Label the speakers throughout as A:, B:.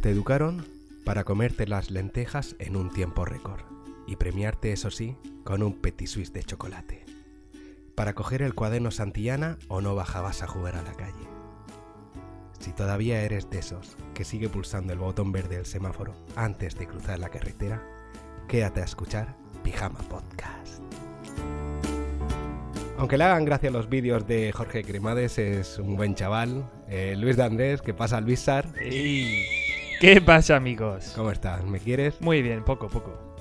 A: Te educaron para comerte las lentejas en un tiempo récord y premiarte, eso sí, con un petit suisse de chocolate. Para coger el cuaderno Santillana o no bajabas a jugar a la calle. Si todavía eres de esos que sigue pulsando el botón verde del semáforo antes de cruzar la carretera, quédate a escuchar Pijama Podcast. Aunque le hagan gracia los vídeos de Jorge Cremades, es un buen chaval. Eh, Luis de Andrés, que pasa Luis Sar.
B: ¿Qué pasa, amigos?
A: ¿Cómo estás? ¿Me quieres?
B: Muy bien, poco, poco,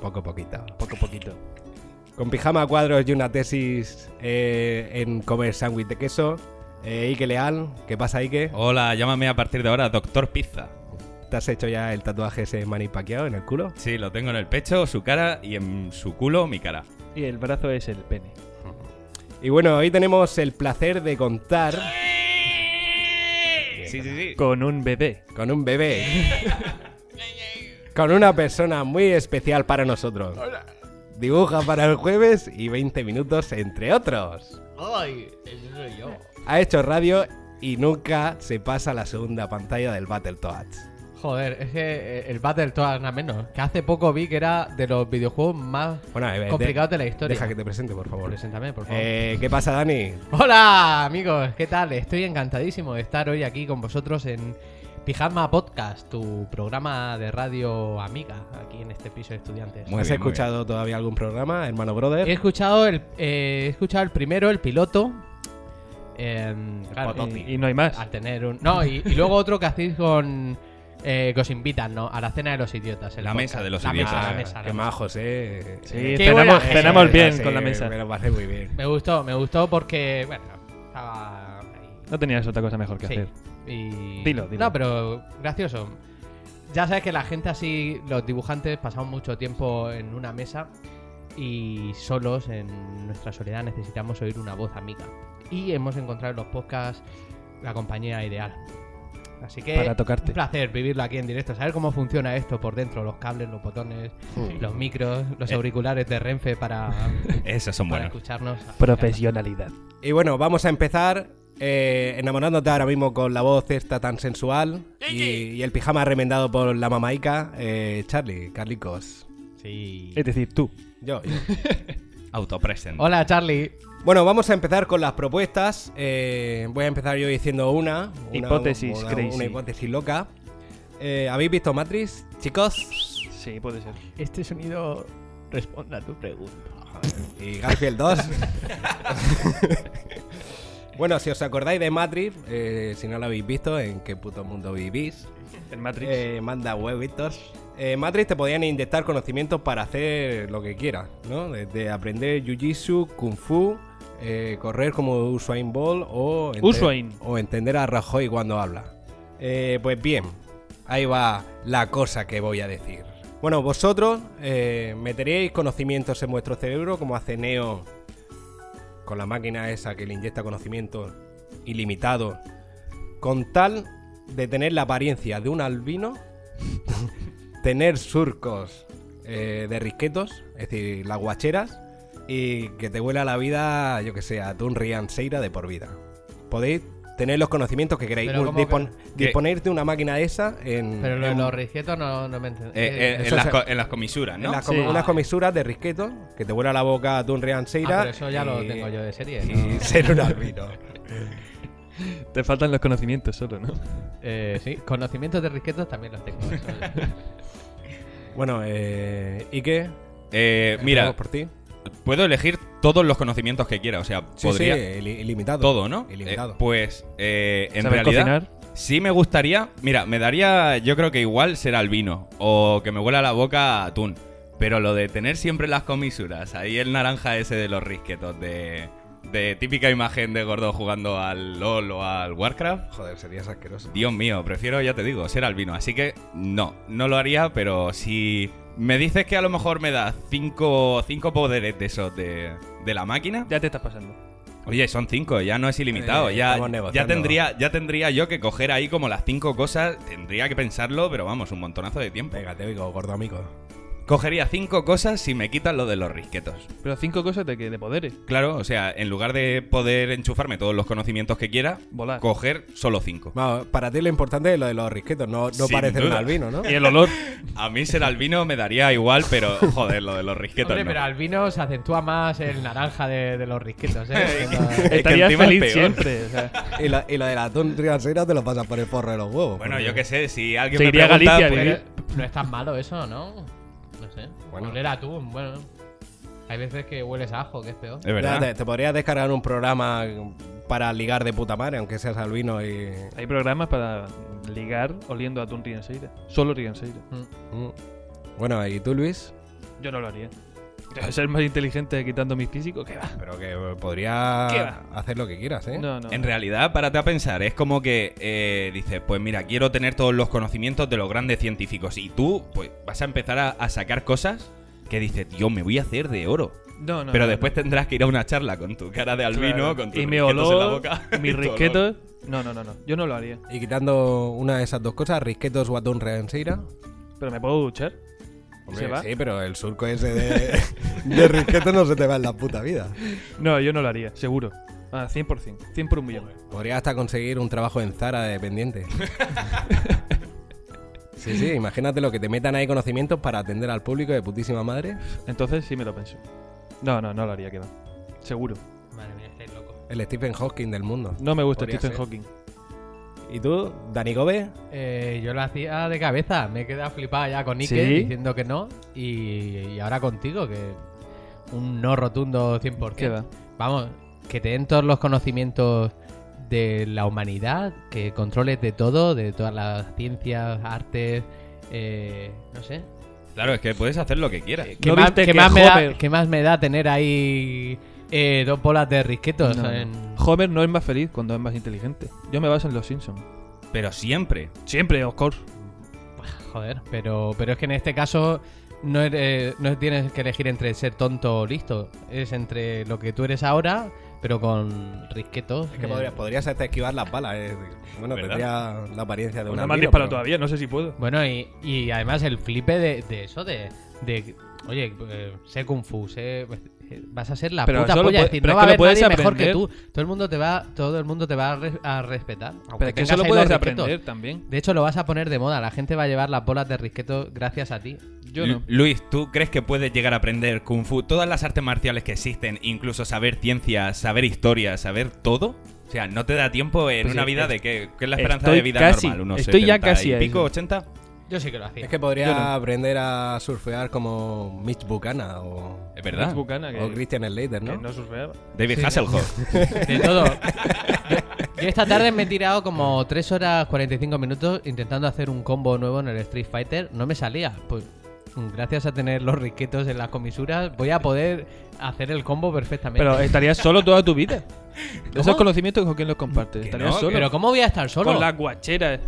A: Poco poquito.
B: poco, poquito.
A: Con pijama a cuadros y una tesis eh, en comer sándwich de queso. Eh, Ike Leal, ¿qué pasa Ike? Oh,
C: Hola, llámame a partir de ahora Doctor Pizza.
A: ¿Te has hecho ya el tatuaje ese mani paqueado en el culo?
C: Sí, lo tengo en el pecho, su cara y en su culo mi cara.
B: Y el brazo es el pene.
A: Y bueno, hoy tenemos el placer de contar
C: Sí, sí, sí.
B: Con un bebé.
A: con un bebé. con una persona muy especial para nosotros. Dibuja para el jueves y 20 minutos, entre otros.
D: Ay, ese soy yo.
A: Ha hecho radio y nunca se pasa a la segunda pantalla del Battletoads.
D: Joder, es que eh, el Battletoads nada menos. Que hace poco vi que era de los videojuegos más
A: Bueno, eh, de-
D: complicados de la historia.
A: Deja que te presente, por favor.
D: Preséntame, por favor.
A: Eh, ¿Qué pasa, Dani?
D: Hola, amigos, ¿qué tal? Estoy encantadísimo de estar hoy aquí con vosotros en Pijama Podcast, tu programa de radio amiga aquí en este piso de estudiantes.
C: Muy
A: ¿Has
C: bien, muy
A: escuchado todavía algún programa, hermano brother?
D: He escuchado el, eh, he escuchado el primero, el piloto. em, claro,
A: Pototi.
D: y-
B: Y no hay más.
D: al tener un. No, y, y luego otro que hacéis con. eh, que os invitan, ¿no? A la cena de los idiotas. el
C: La
D: podcast.
C: mesa de los
D: La
C: idiotas.
D: Mesa, la
A: Ah,
D: mesa, la
A: qué
D: mesa.
A: majos, eh.
B: Sí,
D: Qué buena
B: cenamos,
D: gente.
B: cenamos
A: Eh,
B: bien
A: sí,
B: con la mesa.
A: Me lo pasé muy bien.
D: Me gustó, me gustó porque. Bueno, estaba. ahí.
B: No tenías otra cosa mejor que
D: Sí.
B: hacer.
D: Y...
B: Dilo, dilo.
D: No, pero gracioso. Ya sabes que la gente así, los dibujantes, pasamos mucho tiempo en una mesa y solos en nuestra soledad necesitamos oír una voz amiga. Y hemos encontrado en los podcasts la compañía ideal. Así que
B: Para tocarte.
D: un placer vivirlo aquí en directo, saber cómo funciona esto por dentro, los cables, los botones, los micros, los
C: Eh.
D: auriculares de Renfe para,
C: Esas son
D: para
C: buenas.
D: escucharnos.
B: Pues Profesionalidad.
A: Y bueno, vamos a empezar eh, enamorándote ahora mismo con la voz esta tan sensual y, y el pijama remendado por la mamaica, eh, Charlie, Carlicos.
D: Sí.
B: Es decir, tú.
A: Yo. pues.
C: Autopresent.
D: Hola Charlie.
A: Bueno, vamos a empezar con las propuestas. Eh, voy a empezar yo diciendo una. una-
B: Hipótesis
A: una,
B: crazy.
A: Una hipótesis loca. Eh, ¿Habéis visto Matrix, chicos?
B: Sí, puede ser.
D: Este sonido responde a tu pregunta.
A: Y Garfield 2. bueno, si os acordáis de Matrix, eh, si no lo habéis visto, ¿en qué puto mundo vivís?
B: El Matrix.
A: Eh, manda huevitos. Eh, Matrix te podían inyectar conocimientos para hacer lo que quieras, ¿no? Desde aprender jiu-jitsu, kung fu, eh, correr como Usain Bolt o, ente-
B: Usain.
A: o entender a Rajoy cuando habla. Eh, pues bien, ahí va la cosa que voy a decir. Bueno, vosotros eh, meteríais conocimientos en vuestro cerebro como hace Neo con la máquina esa que le inyecta conocimiento ilimitado con tal de tener la apariencia de un albino, tener surcos eh, de risquetos, es decir, las guacheras, y que te huela la vida, yo que sé, a Tun Rianseira de por vida. Podéis tener los conocimientos que queréis.
D: Pero
A: Un-
D: ¿cómo que-
A: dispon- Disponer de una máquina de esa en,
D: Pero lo de
A: en-
D: los risquetos no, no me
C: Eh,
D: entendí.
C: eh,
A: eso
C: en, las
A: se-
C: co-
D: Ah,
C: en las comisuras,
A: en
C: ¿no?
A: las
B: Sí.
A: comi- unas comisuras de risquetos, que te huela la boca a Tun Rianseira.
D: Ah, pero eso ya lo
C: eh,
A: y-
D: tengo yo de serie.
A: Y
D: ¿no?
A: ser un albino.
B: Te faltan los conocimientos solo, ¿no?
D: Eh, sí, conocimientos de risquetos también los tengo. eso.
A: bueno, eh, ¿y qué?
C: Eh, mira,
A: ¿Empezamos por ti?
C: puedo elegir todos los conocimientos que quiera. O sea,
A: Sí,
C: podría
A: sí, ili- ilimitado.
C: todo, ¿no?
A: Ilimitado.
C: Eh, pues eh, en
B: ¿Saber
C: realidad
B: cocinar?
C: sí me gustaría. Mira, me daría, yo creo que igual será el vino o que me huela la boca a atún. Pero lo de tener siempre las comisuras, ahí el naranja ese de los risquetos de, de típica imagen de gordo jugando al LOL o al Warcraft.
A: Joder, serías asqueroso.
C: Dios mío, prefiero, ya te digo, ser albino. Así que no, no lo haría, pero si me dices que a lo mejor me da cinco, cinco poderes de esos de, de la máquina.
B: Ya te estás pasando.
C: Oye, son cinco, ya no es ilimitado.
A: Eh,
C: ya,
A: estamos negociando.
C: ya, tendría, ya tendría yo que coger ahí como las cinco cosas. Tendría que pensarlo, pero vamos, un montonazo de tiempo.
A: Venga, te oigo, gordo amigo.
C: Cogería cinco cosas si me quitan lo de los risquetos.
B: Pero cinco cosas de, que, de poderes.
C: Claro, o sea, en lugar de poder enchufarme todos los conocimientos que quiera,
B: Volar.
C: coger solo cinco.
A: Vamos, para ti lo importante es lo de los risquetos, no, no
C: Sin
A: parecer un
C: duda.
A: albino, ¿no?
B: Y el olor.
C: A mí ser albino me daría igual, pero joder, lo de los risquetos
D: Hombre,
C: no.
D: pero al vino se acentúa más el naranja de, de los risquetos, ¿eh?
C: Es que
B: Estaría
C: encima es
B: feliz
C: peor.
B: siempre. o sea,
A: Y lo, y lo de las dos traseras te lo pasas por el forro de los huevos.
C: Bueno,
A: porque-
C: yo qué sé, si alguien
B: Se
C: me
B: iría a
C: pregunta,
B: Galicia a
C: pues,
B: vivir.
D: Pero no es tan malo eso, ¿no? No sé.
A: Bueno.
D: Oler a atún, bueno. Hay veces que hueles a ajo, que es peor.
C: Es verdad.
A: Ya, Te, te podrías descargar un programa para ligar de puta madre, aunque seas albino y.
B: Hay programas para ligar oliendo a atún Rienseira. Solo Rienseira.
A: Mm. Bueno, ¿y tú, Luis?
B: Yo no lo haría. Yo Ser más inteligente quitando mi físico, que
C: ¿Eh?
B: va.
A: Pero que
B: ¿Qué
A: podrías
B: va?
A: hacer lo que quieras, ¿eh?
B: No, no.
C: En realidad, párate a pensar, es como que eh, dices, pues mira, quiero tener todos los conocimientos de los grandes científicos. Y tú, pues, vas a empezar a, a sacar cosas que dices, yo me voy a hacer de oro.
B: No, no,
C: pero
B: no,
C: después
B: no.
C: tendrás que ir a una charla con tu cara de albino,
B: Claro.
C: con tus
B: Y mi
C: risquetos en la
B: olor,
C: boca. y
B: mis
C: tu olor.
B: risquetos. No, no, no, no. Yo no lo haría.
A: Y quitando una de esas dos cosas, risquetos o atún renseira.
B: Pero me puedo duchar.
A: Hombre,
B: ¿Se va?
A: sí, pero el surco ese de, de risquetos no se te va en la puta vida.
B: No, yo no lo haría, seguro. Ah, 100%. 100 por un millón.
A: Podrías hasta conseguir un trabajo en Zara de dependiente. Sí, sí, imagínate lo que te metan ahí conocimientos para atender al público de putísima madre.
B: Entonces sí me lo pienso. No, no, no lo haría, que va. Seguro.
D: Madre mía, estáis locos.
A: El Stephen Hawking del mundo.
B: No me gusta
A: Podría
B: Stephen
A: ser.
B: Hawking.
A: ¿Y tú, Dani Gobe?
D: Eh, yo lo hacía de cabeza, me he quedado flipada ya con Ike
B: ¿Sí?
D: diciendo que no y, y ahora contigo, que un no rotundo 100%.
B: ¿Qué va?
D: Vamos, que te den todos los conocimientos de la humanidad, que controles de todo, de todas las ciencias, artes, eh, no sé.
C: Claro, es que puedes hacer lo que quieras.
D: ¿Qué,
B: ¿No
D: más,
B: viste
D: qué
B: que
D: más me da,
B: Homer-
D: qué más me da tener ahí eh, dos bolas de risquetos?
B: No, no.
D: en-
B: Homer no es más feliz cuando es más inteligente. Yo me baso en los Simpsons.
C: Pero siempre.
B: Siempre, of course.
D: Joder, pero, pero es que en este caso no, eres- no tienes que elegir entre ser tonto o listo. Es entre lo que tú eres ahora, pero con risquetos.
A: Es que
B: Mm.
D: eh,
A: podrías, podrías hasta esquivar las balas. eh. Bueno,
C: ¿Verdad?
A: tendría la apariencia de un
B: Una más
A: albino,
B: disparo
A: pero-
B: todavía, Pues no sé si puedo.
D: Bueno, y, y además el flipe de, de eso, de, de, Oye, eh, sé Kung Fu, sé- eh, Vas a ser la
B: Pero
D: puta
B: eso lo
D: polla.
B: puede-
D: es decir,
B: pero
D: no
B: es
D: va a
B: que lo
D: haber
B: puedes
D: nadie mejor que
B: aprender.
D: tú. Todo el mundo te va, todo el mundo te va a, res- a respetar.
B: Pero
D: aunque
B: es que
D: tengas
B: eso lo
D: ahí los
B: puedes
D: risquetos.
B: aprender también.
D: De hecho, lo vas a poner de moda. La gente va a llevar las bolas de risquetos gracias a ti.
B: Yo
C: Lu-
B: no.
C: Luis, ¿tú crees que puedes llegar a aprender Kung Fu, todas las artes marciales que existen, incluso saber ciencia, saber historia, saber todo? O sea, ¿no te da tiempo en
B: Pues
C: una
B: es-
C: vida
B: es-
C: de qué? ¿Qué es la esperanza
B: estoy
C: de vida
B: casi,
C: normal? ¿Unos
B: estoy ya
C: 70
B: casi
C: y
B: a
C: pico,
B: eso.
C: 80?
D: Yo sí que lo hacía.
A: Es que podría
B: Yo no.
A: aprender a surfear como Mitch Buchanan o,
C: Es verdad.
B: Mitch Buchanan, que,
A: o Christian Slater,
B: que
A: ¿no?
B: no surfeaba.
C: David
D: Sí.
C: Hasselhoff.
D: De todo. Yo, yo esta tarde me he tirado como 3 horas 45 minutos intentando hacer un combo nuevo en el Street Fighter. No me salía. Pues gracias a tener los riquetos en las comisuras voy a poder hacer el combo perfectamente.
C: eh,
B: Pero estarías solo toda tu vida. Esos
D: ¿Cómo?
B: conocimientos con quién los compartes.
C: Que
B: Estarías
C: no,
B: solo.
D: ¿Pero ¿cómo voy a estar solo?
B: Con las guacheras.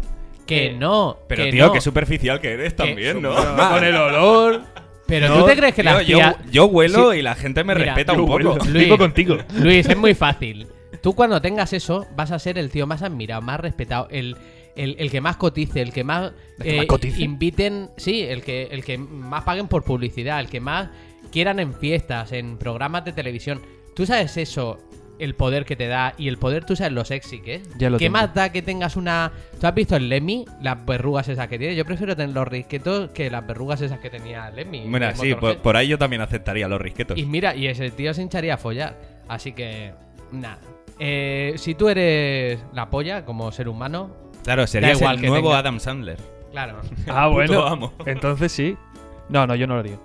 D: Que no.
C: Pero
D: que
C: tío,
D: no.
C: qué superficial que eres también, ¿no?
B: Con el olor.
D: Pero
B: No,
D: tú te crees que las
C: Tío, yo,
D: tías...
C: yo huelo y la gente me
D: Mira,
C: respeta
B: yo
C: un poco.
B: huelo. Vivo contigo.
D: Luis, es muy fácil. Tú cuando tengas eso vas a ser el tío más admirado, más respetado, el, el- el que más cotice, el que más, eh,
B: que más cotice?
D: inviten, sí, el que, el que más paguen por publicidad, el que más quieran en fiestas, en programas de televisión. Tú sabes eso, el poder que te da y el poder tú sabes lo sexy que es.
B: Ya lo
D: ¿Qué
B: tengo.
D: más da que tengas una... ¿Tú has visto el Lemmy? Las verrugas esas que tiene. Yo prefiero tener los risquetos que las verrugas esas que tenía Lemmy.
C: Mira,
D: de
C: sí,
D: Motorhead.
C: por, por ahí yo también aceptaría los risquetos.
D: Y mira, y ese tío se hincharía a follar. Así que, nada. Eh, si tú eres la polla como ser humano,
C: Claro, sería
D: igual
C: el
D: que
C: nuevo
D: tenga-
C: Adam Sandler.
D: claro.
B: Ah, bueno.
C: amo.
B: Entonces sí. No, no, yo no lo haría.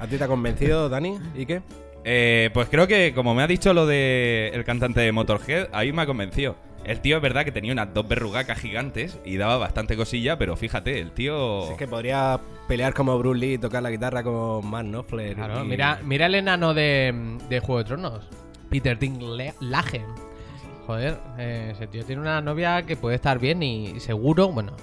A: ¿A ti te ha convencido, Dani? ¿Y qué?
C: Eh, pues creo que, como me ha dicho lo de el cantante de Motorhead, ahí me ha convencido. El tío es verdad que tenía unas dos verrugacas gigantes y daba bastante cosilla, pero fíjate, el tío.
B: Oh.
A: Si es que podría pelear como Bruce Lee y tocar la guitarra como Matt Knopfler.
D: Claro,
A: y-
D: Mira, mira el enano de, de Juego de Tronos, Peter Dinklage. Joder, eh, ese tío tiene una novia que puede estar bien y seguro, bueno.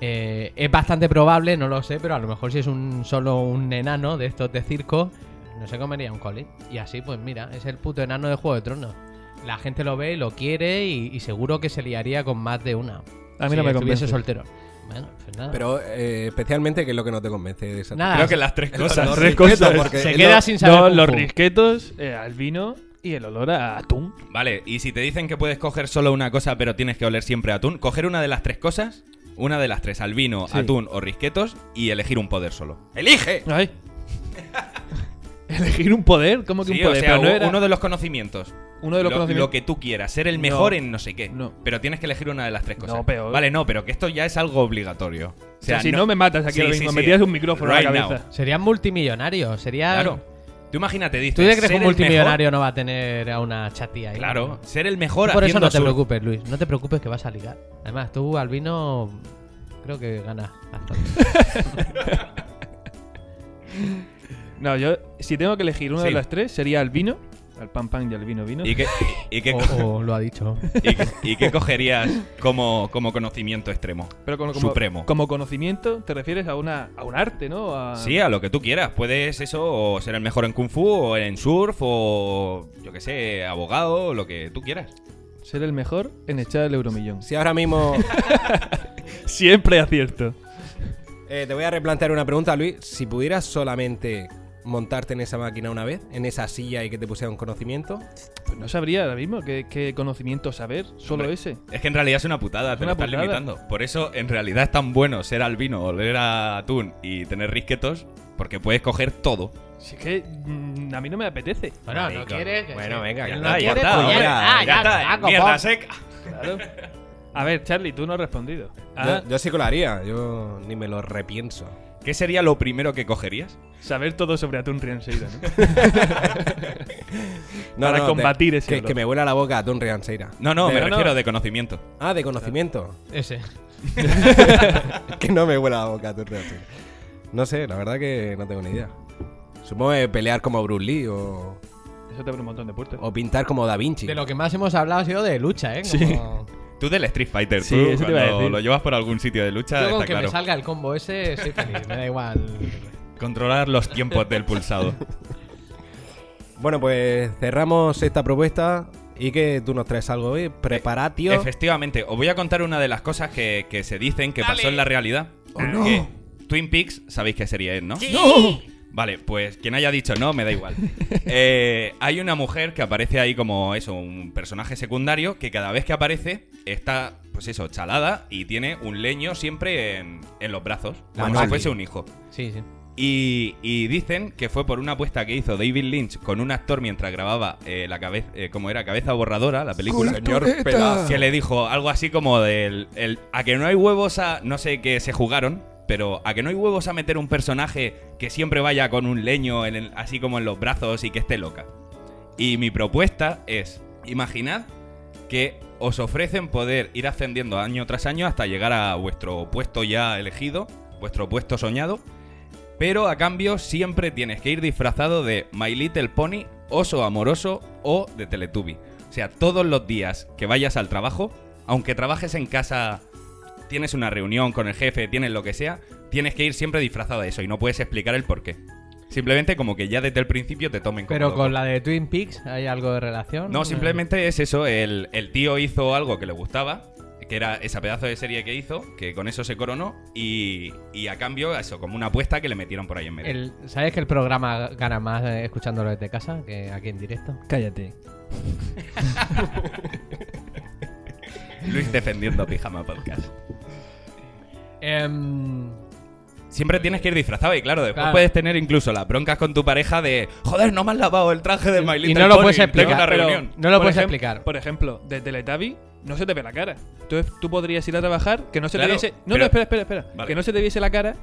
D: eh, es bastante probable, no lo sé, pero a lo mejor si es un solo un enano de estos de circo, no se comería un coli. Y así, pues mira, es el puto enano de Juego de Tronos. La gente lo ve, lo quiere y, y seguro que se liaría con más de una.
B: A mí
D: si
B: no me
D: estuviese
B: convence.
D: soltero. Bueno, pues nada.
A: Pero eh, especialmente, que es lo que no te convence de esa
D: Nada.
C: Creo que las tres cosas.
A: Los
B: tres
A: risquetos,
B: cosas.
A: porque
D: se
A: es
D: queda
A: lo-
D: sin saber.
B: No,
D: kung
B: los
D: fu.
B: risquetos, eh, al vino y el olor a atún.
C: Vale, y si te dicen que puedes coger solo una cosa, pero tienes que oler siempre a atún, coger una de las tres cosas, una de las tres, albino,
B: Sí.
C: atún o risquetos, y elegir un poder solo.
A: ¡Elige!
B: Ay. Elegir un poder, ¿cómo que
C: Sí,
B: un
C: o
B: poder?
C: sea,
B: Pero no
C: u-
B: era-
C: uno de los conocimientos.
B: uno de los
C: lo,
B: conocimientos.
C: lo que tú quieras, ser el
B: No.
C: mejor en no sé qué.
B: No.
C: Pero tienes que elegir una de las tres
B: No,
C: cosas.
B: pero-
C: Vale, no, pero que esto ya es algo obligatorio.
B: O sea, si no, me matas aquí
C: Sí,
B: ahora
C: sí,
B: mismo,
C: sí.
B: me tiras un micrófono
C: Right
B: a la cabeza.
D: Serían multimillonarios. Sería.
C: Claro. Tú imagínate, dices.
D: ¿Tú te crees
C: ser
D: que un
C: el
D: multimillonario no va a tener a una chatía ahí?
C: mejor- claro,
D: Tú
C: ser el mejor
D: Por eso
C: haciendo
D: no te
C: surf.
D: preocupes, Luis. No te preocupes que vas a ligar. Además, tú, Albino, creo que ganas bastante.
B: No, yo, si tengo que elegir una de
C: Sí.
B: las tres, sería el vino. Al pan pan y al vino vino.
C: ¿Y qué, y qué, co-
D: O, o lo ha dicho.
C: y qué- y qué cogerías como, como conocimiento extremo?
B: Pero con- como,
C: Supremo.
B: como conocimiento te refieres a una a un arte, ¿no? A-
C: Sí, a lo que tú quieras. Puedes eso, o ser el mejor en kung fu, o en surf, o yo qué sé, abogado, lo que tú quieras.
B: Ser el mejor en echar el euromillón.
A: Si ahora mismo
B: Siempre acierto.
A: eh, te voy a replantear una pregunta, Luis. Si pudieras solamente montarte en esa máquina una vez, en esa silla y que te pusiera un conocimiento,
B: Pues no sabría ahora mismo qué, qué conocimiento saber, solo
C: Hombre.
B: ese.
C: Es que en realidad es una putada,
B: Es
C: te
B: una
C: lo estás
B: putada.
C: limitando. Por eso, en realidad es tan bueno ser albino, oler a atún y tener risquetos, porque puedes coger todo.
B: Si es que mm, a mí no me apetece.
D: Bueno,
A: Marico.
D: no quiere. que
A: Bueno,
D: sí.
A: venga,
D: Él
A: ya
D: no
A: está,
D: quiere,
A: está,
D: pues
A: ahora,
D: está,
C: ya está,
D: está,
C: mierda
D: copón.
C: seca.
B: Claro. A ver, Charlie, tú no has respondido. Ah,
A: yo, yo sí que lo haría. Yo ni me lo repienso.
C: ¿Qué sería lo primero que cogerías?
B: Saber todo sobre Atún Rienseira, ¿no?
A: No,
B: Para
A: no,
B: combatir
A: de-
B: ese
A: Que,
B: olor.
A: que me huela la boca a Don Rianseira.
C: No, no,
A: De-
C: me refiero de conocimiento.
A: Ah, de conocimiento.
D: Ese.
A: que no me huela la boca a Don Rianseira. No sé, la verdad que no tengo ni idea. Supongo que pelear como Bruce Lee o,
B: Eso te abre un montón de puertas.
A: o pintar como Da Vinci.
D: De lo que más hemos hablado ha sido de lucha, ¿eh? Como-
C: Tú del Street Fighter,
B: Sí,
C: tú,
B: eso te iba a
C: cuando
B: decir.
C: lo llevas por algún sitio de lucha,
D: Yo con
C: está
D: que
C: claro.
D: me salga el combo ese, soy feliz. Me da igual.
C: Controlar los tiempos del pulsado.
A: Bueno, pues cerramos esta propuesta y que tú nos traes algo
B: Eh,
A: hoy. Prepara, tío.
C: Efectivamente, os voy a contar una de las cosas que, que se dicen que pasó en la realidad.
A: Oh,
C: Que Twin Peaks, sabéis qué serie es, ¿no? Vale, pues quien haya dicho no, me da igual. Eh, hay una mujer que aparece ahí como eso, un personaje secundario que cada vez que aparece está, pues eso, chalada y tiene un leño siempre en, en los brazos,
A: La
C: como
A: Mandy.
C: si fuese un hijo.
D: Sí, sí.
C: Y, y dicen que fue por una apuesta que hizo David Lynch con un actor mientras grababa eh, la cabeza, como era cabeza borradora, la película.
A: Señor pedazo.
C: Que le dijo algo así como del el, a que no hay huevos a. No sé qué se jugaron, pero a que no hay huevos a meter un personaje que siempre vaya con un leño en el- así como en los brazos y que esté loca. Y mi propuesta es: imaginad que os ofrecen poder ir ascendiendo año tras año hasta llegar a vuestro puesto ya elegido, vuestro puesto soñado. Pero a cambio siempre tienes que ir disfrazado de My Little Pony, oso amoroso o de Teletubby. O sea, todos los días que vayas al trabajo, aunque trabajes en casa, tienes una reunión con el jefe, tienes lo que sea, tienes que ir siempre disfrazado de eso y no puedes explicar el por qué. Simplemente como que ya desde el principio te tomen como
D: Pero
C: loco.
D: con la de Twin Peaks, ¿hay algo de relación?
C: No, simplemente es eso. El, el tío hizo algo que le gustaba, que era esa pedazo de serie que hizo, que con eso se coronó, y, y a cambio, eso, como una apuesta que le metieron por ahí en medio.
D: El- ¿Sabes que el programa gana más eh, escuchándolo desde casa que aquí en directo?
B: Cállate.
C: Luis defendiendo Pijama Podcast.
D: Em,
C: Siempre tienes que ir disfrazado y claro, después
D: Claro.
C: puedes tener incluso las broncas con tu pareja de joder, no me has lavado el traje de My Little
D: no lo
C: Pony,
D: puedes
C: tengo
D: explicar,
C: una
B: pero-
C: reunión.
D: no lo
B: Por
D: puedes
B: ejem-
D: explicar.
B: Por ejemplo, de Teletubby no se te ve la cara. Entonces tú podrías ir a trabajar que no se
C: Claro,
B: te viese. No,
C: pero-
B: no, espera, espera, espera.
C: Vale.
B: Que no se te viese la cara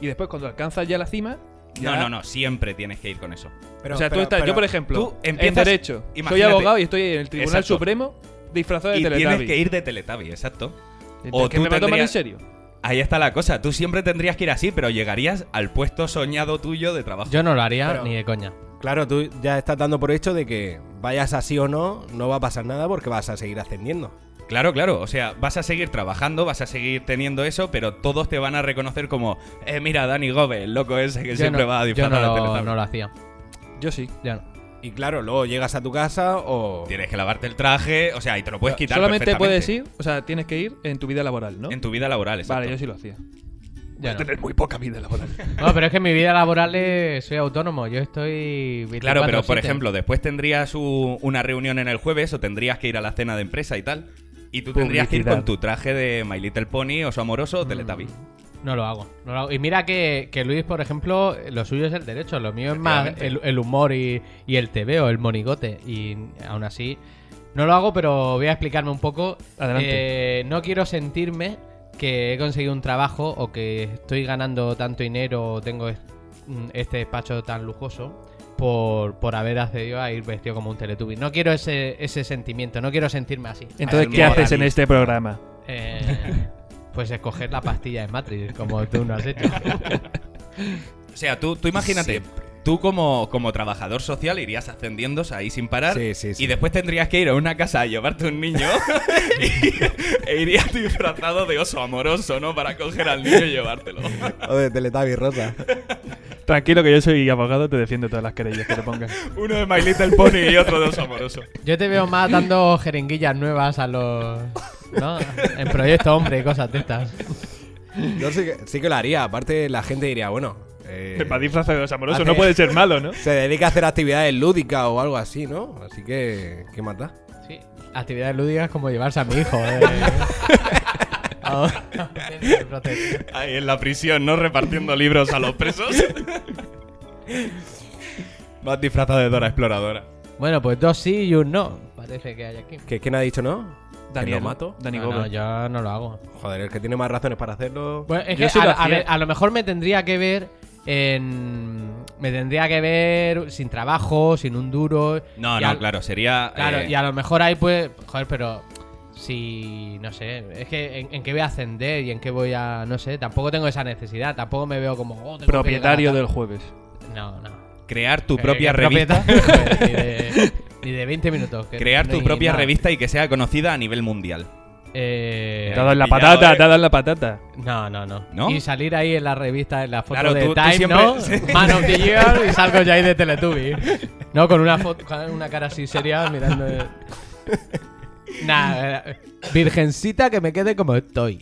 B: y después cuando alcanzas ya la cima.
C: No,
B: ya-
C: no, no, siempre tienes que ir con eso.
A: Pero-
B: o sea,
A: pero-
B: tú estás,
A: pero
B: yo por ejemplo,
C: tú
B: en
C: empiezas-
B: derecho, soy
C: imagínate-
B: abogado y estoy en el Tribunal
C: Exacto.
B: Supremo disfrazado de
C: Y
B: Teletubby.
C: tienes que ir de Teletubby, exacto.
B: Entonces,
C: o
B: que
C: tú
B: me va a tomar en
C: tendrías-
B: serio.
C: Ahí está la cosa, tú siempre tendrías que ir así, pero llegarías al puesto soñado tuyo de trabajo.
D: yo no lo haría
A: Pero-
D: ni de coña.
A: Claro, tú ya estás dando por hecho de que vayas así o no, no va a pasar nada porque vas a seguir ascendiendo.
C: Claro, claro, o sea, vas a seguir trabajando, vas a seguir teniendo eso, pero todos te van a reconocer como, eh, mira, Dani Gómez, el loco ese que
D: Yo
C: siempre
D: no-
C: va
D: yo no
C: disfrazado de
D: lo,
C: Teletubby.
D: no lo hacía.
B: Yo sí.
D: Yo no.
A: Y claro, luego llegas a tu casa o.
C: Tienes que lavarte el traje, o sea, y te lo puedes quitar.
B: Solamente puedes
C: perfectamente.
B: ir, o sea, tienes que ir en tu vida laboral, ¿no?
C: En tu vida laboral, exacto.
B: Vale, yo sí lo hacía.
D: Ya no.
B: Tener muy poca vida laboral.
D: No, pero es que en mi vida laboral eh, soy autónomo. Yo estoy. 24/7.
C: Claro, pero por ejemplo, después tendrías u- una reunión en el jueves o tendrías que ir a la cena de empresa y tal. Y tú tendrías que ir
B: Publicidad. Mm.
C: con tu traje de My Little Pony, oso amoroso o Teletubby.
D: No lo hago. no lo hago. Y mira que, que Luis, por ejemplo, lo suyo es el derecho. Lo mío es más el,
C: Efectivamente.
D: el humor y, y el tebeo, el monigote. Y aún así, no lo hago, pero voy a explicarme un poco.
B: Adelante.
D: Eh, no quiero sentirme que he conseguido un trabajo o que estoy ganando tanto dinero o tengo es- mm, este despacho tan lujoso por, por haber accedido a ir vestido como un Teletubby. No quiero ese, ese sentimiento, no quiero sentirme así.
B: Entonces,
C: Al
B: ¿qué haces en
C: moralismo.
B: este programa?
D: Eh, pues escoger la pastilla de Matrix, como tú no has hecho.
C: O sea, tú, tú imagínate, tú como, como trabajador social irías ascendiendo ahí sin parar.
A: Sí, sí, sí.
C: Y después tendrías que ir a una casa a llevarte un niño y- e irías disfrazado de oso amoroso, ¿no? Para coger al niño y llevártelo.
A: O de Teletubby rosa.
B: Tranquilo, que yo soy abogado, te defiendo todas las querellas que te pongan.
C: Uno de My Little Pony y otro de oso amoroso.
D: Yo te veo más dando jeringuillas nuevas a los. ¿No? En proyecto hombre y cosas de estas.
A: Yo sí que, sí que lo haría. Aparte, la gente diría, bueno. eh,
B: Para disfrazar de amoroso,
A: Hace-
B: no puede ser malo, ¿no?
A: se dedica a hacer actividades lúdicas o algo así, ¿no? Así que. ¿Qué mata?
D: Sí. Actividades lúdicas como llevarse a mi hijo. eh. A un centro de protección.
C: Ahí en la prisión, ¿no? Repartiendo libros a los presos. Vas disfrazado de Dora Exploradora.
D: bueno, pues dos sí y un no. Parece que hay aquí.
A: ¿Que, ¿Quién ha dicho no? ¿Que lo mato?
B: Dani
D: No, no,
B: Gober.
D: yo no lo hago.
A: Joder, el que tiene más razones para hacerlo.
D: Bueno, es
B: Yo
D: que
B: sí
D: a,
B: lo
D: a
B: hacía.
D: ver, a lo mejor me tendría que ver en. Me tendría que ver sin trabajo, sin un duro.
C: No,
D: y
C: no,
D: al-
C: claro, sería.
D: Claro,
C: eh,
D: y a lo mejor ahí pues. Joder, pero. Si. No sé. Es que en, en qué voy a ascender y en qué voy a. No sé. Tampoco tengo esa necesidad. Tampoco me veo como. oh, tengo que
B: Propietario del
D: llegar
B: jueves.
D: a tal- No, no.
C: Eh, crear tu
D: Que-
C: propia
D: que
C: revista.
D: propietario, joder, ni, de, ni de 20 minutos. que
C: Crear
D: no
C: tu
D: hay
C: propia
D: nada.
C: revista y que sea conocida a nivel mundial.
D: Eh,
B: Te ha dado en la
C: pillado,
B: patata,
C: eh.
B: te ha dado en la patata.
D: No, no, no,
C: ¿No?
D: Y salir ahí en la revista, en la foto
C: Claro,
D: de
C: tú- tú
D: Time,
C: siempre-
D: ¿no?
C: sí.
D: Man of the Year y salgo ya ahí de Teletubby. No, con una foto, con una cara así seria mirando. eh. Nah, eh, virgencita que me quede como estoy.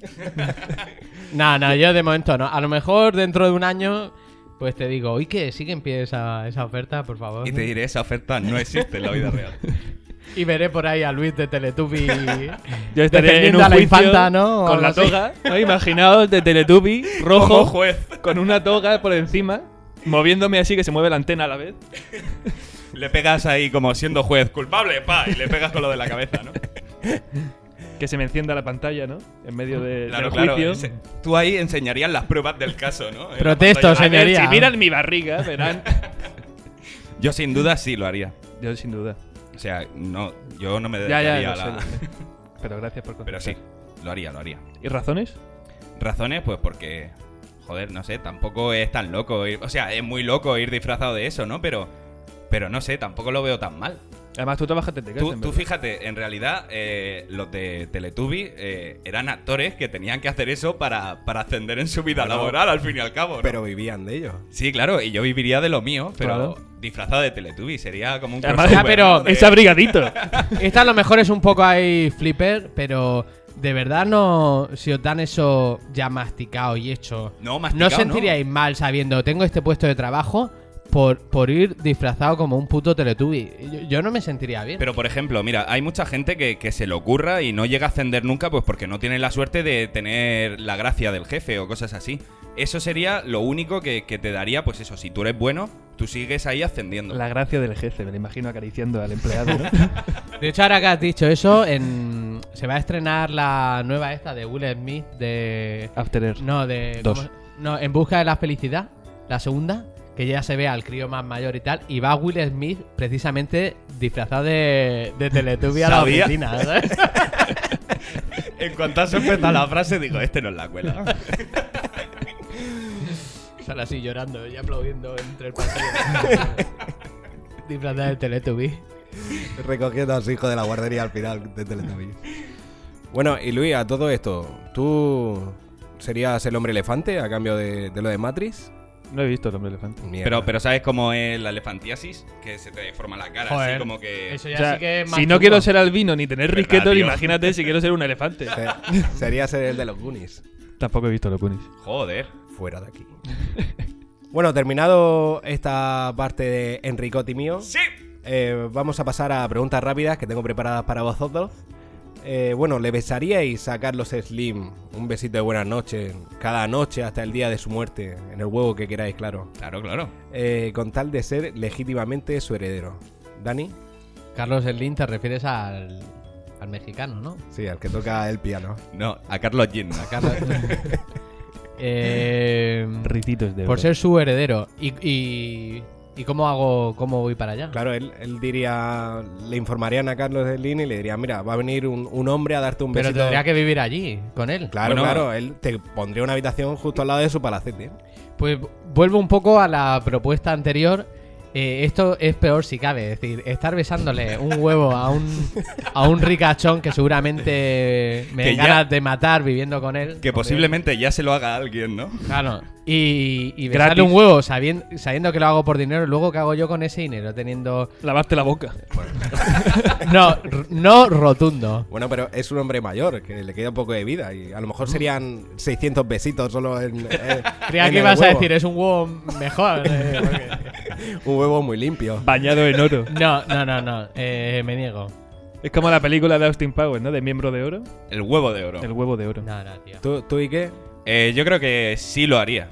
D: No, no, yo de momento no. A lo mejor dentro de un año, pues te digo, oye, que sigue en pie esa, esa oferta, por favor.
C: Y te diré, esa oferta no existe en la vida real.
D: Y veré por ahí a Luis de Teletubby.
B: Yo estaré en
D: defendiendo
B: un
D: a la
B: juicio
D: infanta, ¿no? O
B: con la
D: algo así.
B: toga. ¿no? Imaginaos de Teletubby, rojo,
C: Como juez,
B: con una toga por encima, moviéndome así que se mueve la antena a la vez.
C: le pegas ahí como siendo juez, culpable, pa, y le pegas con lo de la cabeza, ¿no?
B: Que se me encienda la pantalla, ¿no? En medio de,
C: Claro,
B: del
C: claro.
B: juicio.
C: ese- tú ahí enseñarías las pruebas del caso, ¿no? En la
D: Protesto,
C: pantalla.
B: A ver,
D: señoría.
B: si miran mi barriga, verán.
C: Yo sin duda sí lo haría.
B: Yo sin duda.
C: O sea, no, yo no me
B: Ya,
C: dedicaría
B: ya, lo
C: a la...
B: sé, lo sé. Pero gracias por
C: Pero
B: contestar.
C: sí, lo haría, lo haría.
B: ¿Y razones?
C: Razones, pues porque, joder, no sé, tampoco es tan loco. ir- o sea, es muy loco ir disfrazado de eso, ¿no? Pero, pero no sé, tampoco lo veo tan mal.
B: Además, tú trabajas desde casa.
C: Tú,
B: en
C: tú
B: verdad.
C: fíjate, en realidad eh, los de Teletubby eh, eran actores que tenían que hacer eso para, para ascender en su vida
A: Bueno,
C: laboral, al fin y al cabo. ¿no?
A: Pero vivían de ello.
C: sí, claro, y yo viviría de lo mío, pero
B: Claro.
C: disfrazado de Teletubby sería como un
B: Además,
C: crossover,
D: ya, pero
C: ¿no? De-
B: Es abrigadito.
D: Esta a lo mejor es un poco ahí flipper, pero de verdad no. Si os dan eso ya masticado y hecho,
C: No,
D: ¿no
C: masticado,
D: sentiríais mal sabiendo tengo este puesto de trabajo por, por ir disfrazado como un puto Teletubby? Yo, yo no me sentiría bien.
C: Pero por ejemplo, mira, hay mucha gente que, que se le ocurra y no llega a ascender nunca, pues porque no tiene la suerte de tener la gracia del jefe o cosas así. Eso sería lo único que, que te daría, pues eso, si tú eres bueno, tú sigues ahí ascendiendo.
B: La gracia del jefe, me lo imagino acariciando al empleado, ¿no?
D: De hecho, ahora que has dicho eso, en- se va a estrenar la nueva esta de Will Smith de.
B: After Earth.
D: No, de.
B: Dos.
D: ¿cómo? No, en busca de la felicidad, la segunda, que ya se ve al crío más mayor y tal, y va Will Smith precisamente disfrazado de, de Teletubby a la
C: Sabía.
D: oficina, ¿sabes?
C: En cuanto has empezado la frase, digo, este no es la
B: Ah,
C: cuela.
D: Sale así llorando y aplaudiendo entre el pasillo. disfrazado de Teletubby.
A: Recogiendo a su hijo de la guardería al final de Teletubby. Bueno, y Luis, a todo esto, ¿tú serías el hombre elefante a cambio de, de lo de Matrix?
B: No he visto el hombre elefante.
A: Mierda.
C: Pero, pero ¿sabes cómo es la elefantiasis? Que se te deforma la cara, así
D: Joder,
C: como que...
D: Eso
B: O
D: ya
B: sea,
D: sí que es más
B: si
D: chungo.
B: no quiero ser albino ni tener
C: Verdad,
B: risquetos,
C: tío.
B: imagínate si quiero ser un elefante.
A: Se- sería ser el de los Goonies.
B: Tampoco he visto los Goonies.
C: Joder.
A: Fuera de aquí. Bueno, terminado esta parte de Enricotti mío,
C: ¡Sí!
A: eh, vamos a pasar a preguntas rápidas que tengo preparadas para vosotros. Eh, bueno, ¿le besaríais a Carlos Slim un besito de buenas noches cada noche hasta el día de su muerte? En el huevo que queráis, claro.
C: Claro, claro.
A: Eh, con tal de ser legítimamente su heredero. ¿Dani?
D: Carlos Slim, te refieres al, al mexicano, ¿no?
A: Sí, al que toca el piano.
C: No, a Carlos Gin.
D: A Carlos. Eh,
B: Rititos de
D: por
B: oro.
D: ser su heredero. ¿Y, y, y cómo hago, cómo voy para allá?
A: Claro, él, él diría, le informarían a Carlos Slim y le diría, mira, va a venir un, un hombre a darte un
D: Pero
A: besito.
D: tendría que vivir allí, con él.
A: Claro,
C: Bueno,
A: claro, él te pondría una habitación justo al lado de su palacete.
D: Pues vuelvo un poco a la propuesta anterior. Eh, esto es peor si cabe, es decir, estar besándole un huevo a un, a un ricachón que seguramente me
C: Que
D: den
C: ya-
D: ganas de matar viviendo con él.
C: Que posiblemente ya se lo haga alguien, ¿no?
D: Claro. Y, y
B: Gratis.
D: besarle un huevo sabiendo, sabiendo que lo hago por dinero, luego ¿qué hago yo con ese dinero? Teniendo...
B: Lavarte la boca.
D: No, r- no rotundo.
A: Bueno, pero es un hombre mayor, que le queda un poco de vida y a lo mejor serían 600 besitos solo en. eh,
D: Creía
A: en
D: que
A: el
D: ibas a
A: huevo.
D: decir, es un huevo mejor. eh, porque-
A: Un huevo muy limpio.
B: Bañado en oro.
D: No, no, no, no. eh, me niego.
B: Es como la película de Austin Powers, ¿no? De miembro de oro.
C: El huevo de oro.
B: El huevo de oro.
D: No, no, tío.
A: ¿Tú, tú y qué?
C: Eh, yo creo que sí lo haría.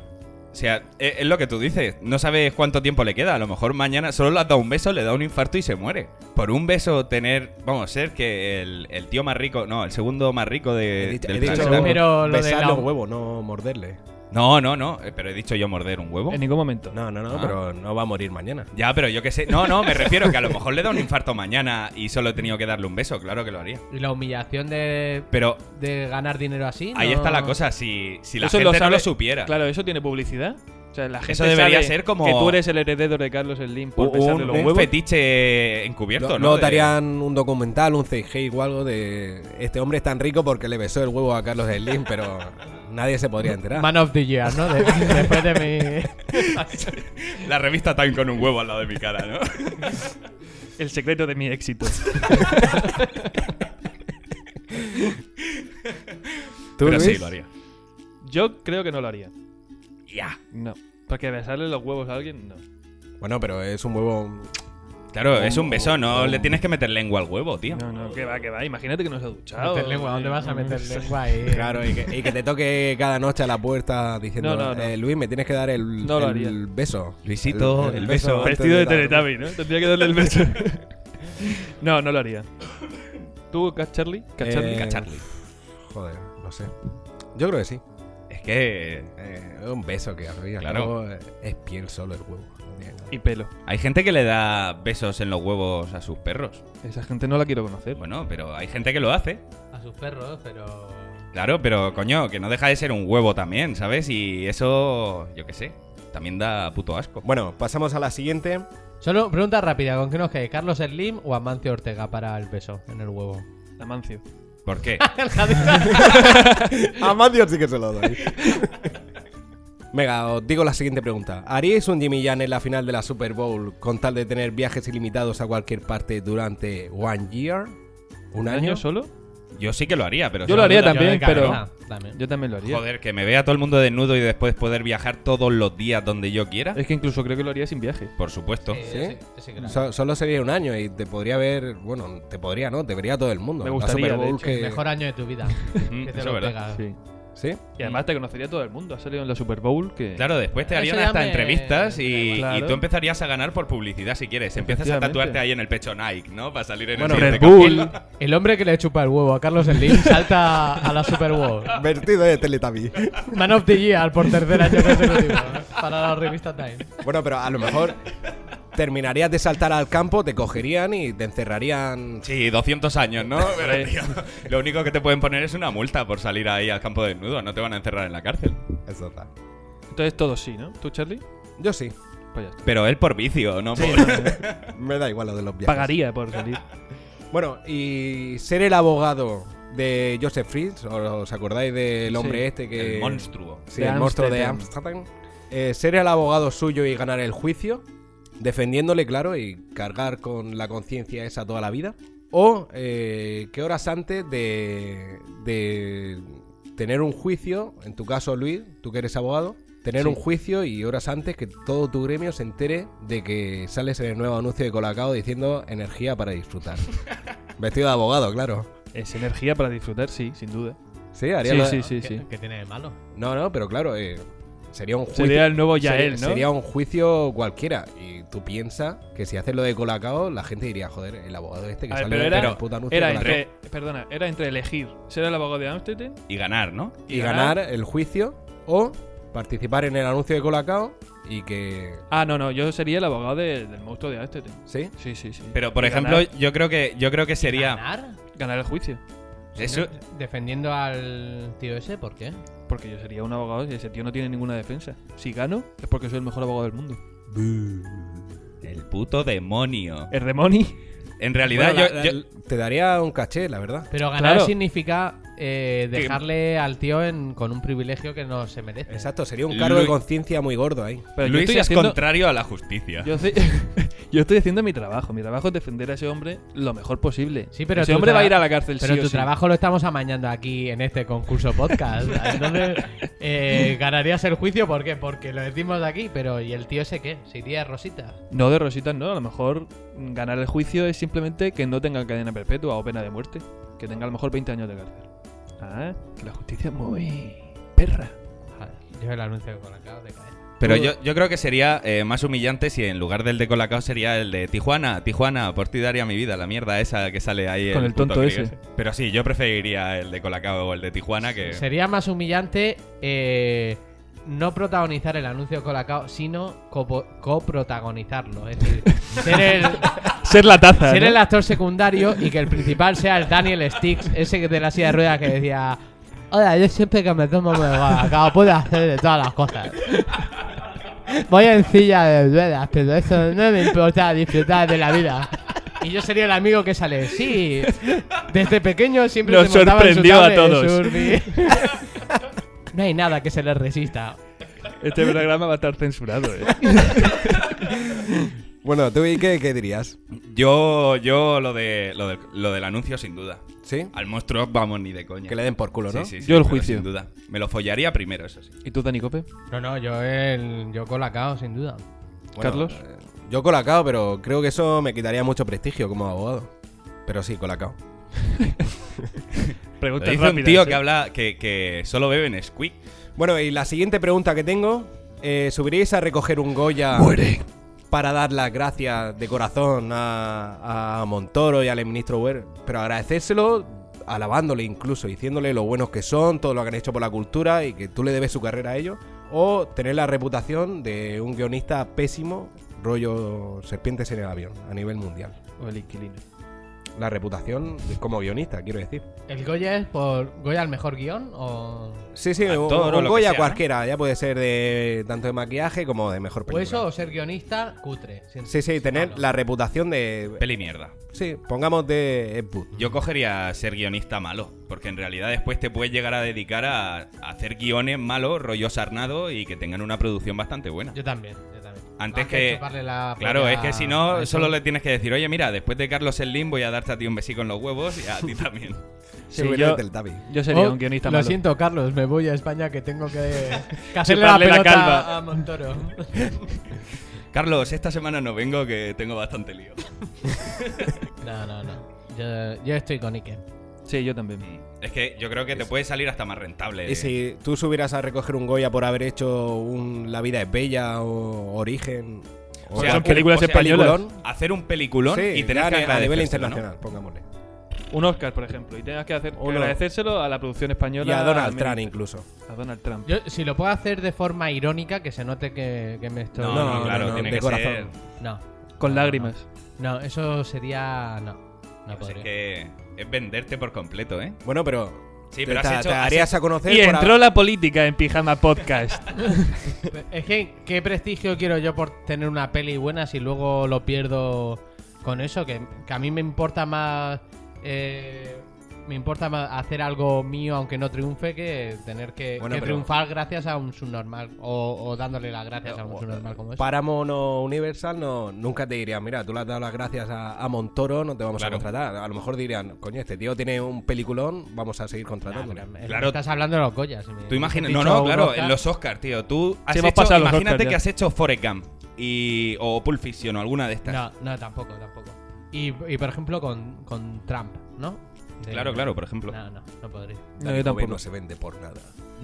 C: O sea, es, es lo que tú dices. No sabes cuánto tiempo le queda. A lo mejor mañana solo le has dado un beso, le da un infarto y se muere. Por un beso tener... Vamos, ser que el, el tío más rico... No, el segundo más rico de,
A: He dicho-
C: Eh, del
A: he dicho
C: planeta.
D: Pero lo de
A: besarle
D: la-
A: un huevo, no morderle.
C: No, no, no. eh, Pero he dicho yo morder un huevo.
B: En ningún momento.
A: No, no, no,
C: Ah.
A: pero no va a morir mañana.
C: Ya, pero yo qué sé. No, no, me refiero que a lo mejor le da un infarto mañana y solo he tenido que darle un beso. Claro que lo haría.
D: ¿Y la humillación de,
C: Pero
D: de ganar dinero así?
C: ahí
D: No.
C: está la cosa. Si, si la
B: Eso
C: gente no
B: sabe-
C: lo supiera.
B: Claro, eso tiene publicidad. O sea, la gente
C: Eso debería
B: sabe
C: ser como-
B: que tú eres el heredero de Carlos Slim por
A: Un-
B: besarle
A: un
B: los
C: Un
B: huevos.
C: fetiche encubierto,
A: Luego
C: ¿no?
A: luego
C: De-
A: te harían un documental, un CG o algo de. Este hombre es tan rico porque le besó el huevo a Carlos Slim, pero nadie se podría enterar.
D: Man of the Year, ¿no? De- después de mi.
C: La revista Time con un huevo al lado de mi cara, ¿no?
B: El secreto de mi éxito.
A: ¿Tú,
C: Pero sí,
A: Luis?
C: lo haría.
B: Yo creo que no lo haría.
C: Ya.
B: No. Porque besarle los huevos a alguien, no.
A: Bueno, pero es un huevo.
C: Claro, es un beso, no le tienes que meter lengua al huevo, tío.
B: Oh. No, no, que va, que va. Imagínate que no se ha duchado.
D: Meter lengua, ¿dónde vas a meter lengua ahí?
A: Claro, y que, y que te toque cada noche a la puerta diciendo,
B: No, no, no.
A: "Eh, Luis, me tienes que dar el,
B: No lo
A: el
B: haría.
A: beso.
C: Luisito, el beso.
A: antes
B: Vestido de
A: dar-
B: Teletubby, ¿no? Tendría que darle el beso. no, no lo haría. ¿Tú, Cat Charlie? Cat
A: Eh,
B: Charlie?
C: Venga, Charlie.
A: Joder, no sé. Yo creo que sí.
C: Es que
A: Eh, es un beso que al fin y al
C: Claro.
A: cabo, eh, es piel solo el huevo. no tiene nada.
B: Y pelo.
C: hay gente que le da besos en los huevos a sus perros. Eh,
B: Esa gente no la quiero conocer.
C: Bueno, pero hay gente que lo hace.
D: A sus perros, pero.
C: Claro, pero coño, que no deja de ser un huevo también, ¿sabes? Y eso, yo qué sé, también da puto asco.
A: Bueno, pasamos a la siguiente.
D: Solo pregunta rápida: ¿con qué nos cae? ¿Carlos Slim o Amancio Ortega para el beso en el huevo?
B: Amancio.
C: ¿Por qué?
A: A Mandio sí que se lo doy. Venga, os digo la siguiente pregunta. ¿Haríais un Jimmy Jam en la final de la Super Bowl con tal de tener viajes ilimitados a cualquier parte durante one year? ¿Un
B: ¿Un
A: año?
B: año solo?
C: Yo sí que lo haría, pero...
B: Yo lo haría
C: solo-
B: también,
D: de cabeza, también.
B: Yo también lo haría.
C: Joder, que me vea todo el mundo desnudo y después poder viajar todos los días donde yo quiera.
B: Es que incluso creo que lo haría sin viaje.
C: Por supuesto.
D: Sí,
A: ¿Sí?
D: sí, sí que lo haría.
A: So- solo sería un año y te podría ver, bueno, te podría, ¿no? Te vería todo el mundo.
B: Me
A: La
B: gustaría,
A: Super
B: de
A: Bowl
B: hecho.
A: que-
D: Mejor año de tu vida.
C: Mm,
D: que te
C: eso
D: lo
C: es verdad.
D: pega.
B: Sí.
A: ¿Sí?
B: Y además te conocería todo el mundo. Ha salido en la Super Bowl que.
C: Claro, después te
D: Eso
C: harían
D: ya
C: hasta
D: me-
C: entrevistas y,
B: Claro.
C: y tú empezarías a ganar por publicidad si quieres. Empiezas a
B: Efectivamente.
C: tatuarte ahí en el pecho Nike, ¿no? Para salir en
B: Bueno,
C: el
B: Red
C: siguiente
B: Bull.
D: El hombre que le chupa el huevo a Carlos Slim salta a la Super Bowl.
A: Vertido de Teletubby.
D: Man of the Year por tercer año consecutivo. ¿eh? Para la revista Time.
A: bueno, pero a lo mejor terminarías de saltar al campo, te cogerían y te encerrarían.
C: Sí, 200 años, ¿no? Pero, tío, lo único que te pueden poner es una multa por salir ahí al campo desnudo. No te van a encerrar en la cárcel.
A: Eso está.
B: Entonces todos sí, ¿no? ¿Tú, Charlie?
A: Yo sí.
B: Pues ya está.
C: Pero él por vicio, no por...
A: Me da igual lo de los viajes.
B: Pagaría por salir.
A: Bueno, y ser el abogado de Joseph Fritz, ¿os acordáis del hombre
B: Sí.
A: este que.
C: El monstruo.
A: Sí,
B: De
A: el monstruo de
B: Ámsterdam.
A: Amsterdam. eh, ser el abogado suyo y ganar el juicio, defendiéndole, claro, y cargar con la conciencia esa toda la vida. O eh, que horas antes de, de tener un juicio, en tu caso Luis, tú que eres abogado, tener un juicio y horas antes que todo tu gremio se entere de que sales en el nuevo anuncio de Colacao diciendo energía para disfrutar. Vestido de abogado, claro.
B: Es energía para disfrutar, sí, sin duda.
A: Sí, haría
B: Sí,
A: lo-
B: sí, sí, sí.
D: ¿Qué, qué tiene de malo?
A: No, no, pero claro, eh, sería un juicio.
B: Sería el nuevo
A: sería-
B: Yael, ¿no?
A: Sería un juicio cualquiera. Y tú piensas que si haces lo de Colacao, la gente diría, joder, el abogado este que
B: A ver,
A: sale
B: pero
A: en
B: era-
A: el puto anuncio
B: Era
A: de Colacao.
B: entre, perdona, era entre elegir ser el abogado de Amsterdam
C: Y ganar, ¿no?
A: Y ganar el juicio o participar en el anuncio de Colacao y que.
B: Ah, no, no, yo sería el abogado de- del monstruo de Amsterdam.
A: ¿Sí?
B: Sí, sí, sí.
C: Pero, por
B: Y
C: ejemplo,
B: ganar,
C: yo creo que yo creo que sería.
D: ¿Ganar?
B: ganar el juicio.
C: Eso,
D: Eh, Defendiendo al tío ese, ¿por qué?
B: Porque yo sería un abogado y ese tío no tiene ninguna defensa. Si gano, es porque soy el mejor abogado del mundo.
C: el puto demonio.
B: El Remoni.
C: En realidad,
A: Bueno,
C: yo-
A: la-
C: yo,
A: la- Te daría un caché, la verdad.
D: Pero ganar
B: Claro.
D: significa eh, dejarle al tío en- con un privilegio que no se merece.
A: Exacto, sería un cargo de
C: Luis-
A: conciencia muy gordo ahí.
B: Pero yo
C: Luis
B: estoy
C: es
B: haciendo,
C: contrario a la justicia.
B: yo, estoy, yo estoy haciendo mi trabajo. Mi trabajo es defender a ese hombre lo mejor posible.
D: Sí, pero
B: ese
D: tu
B: hombre va a
D: tra-
B: ir a la cárcel
D: Pero
B: sí o
D: tu
B: sí.
D: trabajo lo estamos amañando aquí en este concurso podcast. Entonces, eh, ganarías el juicio, ¿por qué? Porque lo decimos aquí, pero ¿y el tío ese qué? ¿Se iría de Rosita?
B: No de rositas, no. A lo mejor mm, ganar el juicio es simplemente que no tenga cadena perpetua o pena de muerte. Que tenga a lo mejor 20 años de cárcel. Ah, que la justicia es muy perra.
D: Joder, Ah, yo el anuncio con la cara de caer.
C: Pero yo, yo creo que sería eh, más humillante si en lugar del de Colacao sería el de Tijuana, Tijuana, por ti daría mi vida, la mierda esa que sale ahí.
B: Con el
C: puto
B: tonto
C: Krieger.
B: ese.
C: Pero sí, yo preferiría el de Colacao o el de Tijuana que...
D: Sería más humillante eh, no protagonizar el anuncio con la cara, sino copo- coprotagonizarlo. Es decir, ser el,
B: Ser la taza.
D: Ser
B: ¿no?
D: el actor secundario y que el principal sea el Daniel Sticks, ese que de la silla de ruedas que decía: Hola, yo siempre que me tomo me acabo, puedo hacer de todas las cosas. Voy en silla de ruedas, pero eso no me importa disfrutar de la vida. Y yo sería el amigo que sale. Sí, desde pequeño siempre
B: Nos
D: se montaba en su
B: sorprendió a
D: tablet de
B: todos.
D: surfi. No hay nada que se le resista.
B: Este programa va a estar censurado, eh.
A: Bueno, ¿tú y qué, qué dirías?
C: Yo, yo lo, de, lo, del- lo del anuncio sin duda.
A: ¿Sí?
C: Al monstruo vamos ni de coña.
A: Que le den por culo,
C: Sí,
A: ¿no?
C: sí, sí,
B: Yo el
C: pero
B: juicio.
C: Sin duda. Me lo follaría primero, eso sí.
B: ¿Y tú, Dani Cope?
D: No, no, yo, el, yo colacao, sin duda.
A: Bueno,
B: ¿Carlos?
A: eh, yo colacao, pero creo que eso me quitaría mucho prestigio como abogado. Pero sí, colacao.
C: Lo
B: Pregunta
C: dice un tío
A: ¿eh?
C: que habla que, que solo beben squeak.
A: Bueno, y la siguiente pregunta que tengo: eh, ¿subiríais a recoger un Goya para dar las gracias de corazón a, a Montoro y al ministro Wer? Pero agradecérselo alabándole incluso, diciéndole lo buenos que son, todo lo que han hecho por la cultura y que tú le debes su carrera a ellos. O tener la reputación de un guionista pésimo, rollo serpientes en el avión, a nivel mundial.
B: O el inquilino.
A: La reputación de- como guionista, quiero decir.
D: ¿El Goya es por Goya el mejor guión o.?
A: Sí, sí, un,
C: Actor o
A: un
C: lo que
A: Goya
C: sea, ¿no?
A: cualquiera. Ya puede ser de tanto de maquillaje como de mejor
D: O
A: película.
D: Pues eso, o ser guionista cutre. sin-
A: Sí, sí,
D: sin
A: tener
D: malo.
A: la reputación de...
C: Peli mierda.
A: Sí, pongamos de Ed Wood.
C: Yo cogería ser guionista malo, porque en realidad después te puedes llegar a dedicar a, a hacer guiones malos, rollo sarnado y que tengan una producción bastante buena.
D: Yo también, yo también.
C: Antes
D: Más
C: que-
D: chuparle la
C: Claro,
D: polla
C: es que si
D: a
C: no,
D: eso.
C: solo le tienes que decir, oye, mira, después de Carlos el Lin voy a darte a ti un besito en los huevos y a ti también.
B: Sí,
A: Subirle
B: yo,
A: del David.
B: yo sería
D: Oh,
B: un guionista
D: Lo
B: malo.
D: siento, Carlos, me voy a España que tengo que, que hacerle la
B: Chuparle la
D: pelota
B: calva.
D: a Montoro.
C: Carlos, esta semana no vengo que tengo bastante lío.
D: No, no, no. Yo, yo estoy con Ike.
B: Sí, yo también.
C: Mm. Es que yo creo que te puede salir hasta más rentable.
A: Y si tú subieras a recoger un Goya por haber hecho un La vida es bella o Origen...
C: O sea,
B: son
C: un-
B: películas
C: o sea,
B: españolas.
A: peliculón.
C: Hacer un peliculón
A: Sí,
C: y tener
A: ya
C: que
A: a nivel
C: agradecérselo,
A: internacional, pongámosle.
B: Un Oscar, por ejemplo, y tengas que, hacer, que
A: Uno.
B: agradecérselo a la
A: Y
B: producción española.
A: a Donald
B: al
A: Trump
B: ministro-
A: incluso.
B: A Donald Trump.
D: Yo, si lo puedo hacer de forma irónica, que se note que, que me estoy.
C: ¿no? No,
A: No,
C: no, claro,
A: no, no,
C: tiene
A: de
C: que
A: corazón.
C: ser.
D: no.
B: Con
D: No,
B: lágrimas.
D: No, eso sería. No, no
C: pues
D: podría.
C: es que es venderte por completo, ¿eh?
A: Bueno, pero...
C: Sí,
A: te-
C: pero
A: te,
C: has hecho-
A: te
C: has
A: darías a conocer
B: Y
A: por a-
B: entró la política en Pijama Podcast.
D: Es que, ¿qué prestigio quiero yo por tener una peli buena si luego lo pierdo con eso? Que, que a mí me importa más eh, me importa ma- hacer algo mío aunque no triunfe que tener que,
A: Bueno,
D: que
A: pero-
D: triunfar gracias a un subnormal o, o dándole las gracias a un subnormal como es.
A: Paramount o Universal no, nunca te dirían, mira, tú le has dado las gracias a, a Montoro, no te vamos
C: Claro.
A: a contratar. A lo mejor dirían, coño, este tío tiene un peliculón, vamos a seguir
D: Nah,
A: contratándolo.
D: Ah, pero me-
C: Claro.
D: Estás hablando de los Goyas. si me-
C: Tú imaginas,
D: me
C: no,
D: has
C: no,
D: dicho un
C: claro,
D: Oscar.
C: en los Oscars, tío. Tú has
B: Sí, hemos
C: hecho,
B: pasado los
C: imagínate
B: Oscars ya.
C: que has hecho Forrest Gump y, o Pulp Fiction o alguna de estas.
D: No, no, tampoco, tampoco. Y, y, por ejemplo con, con Trump, ¿no? De-
C: Claro, claro, por ejemplo.
D: No, no, no podría.
B: No, yo
A: Joven
B: tampoco.
A: no se vende por nada.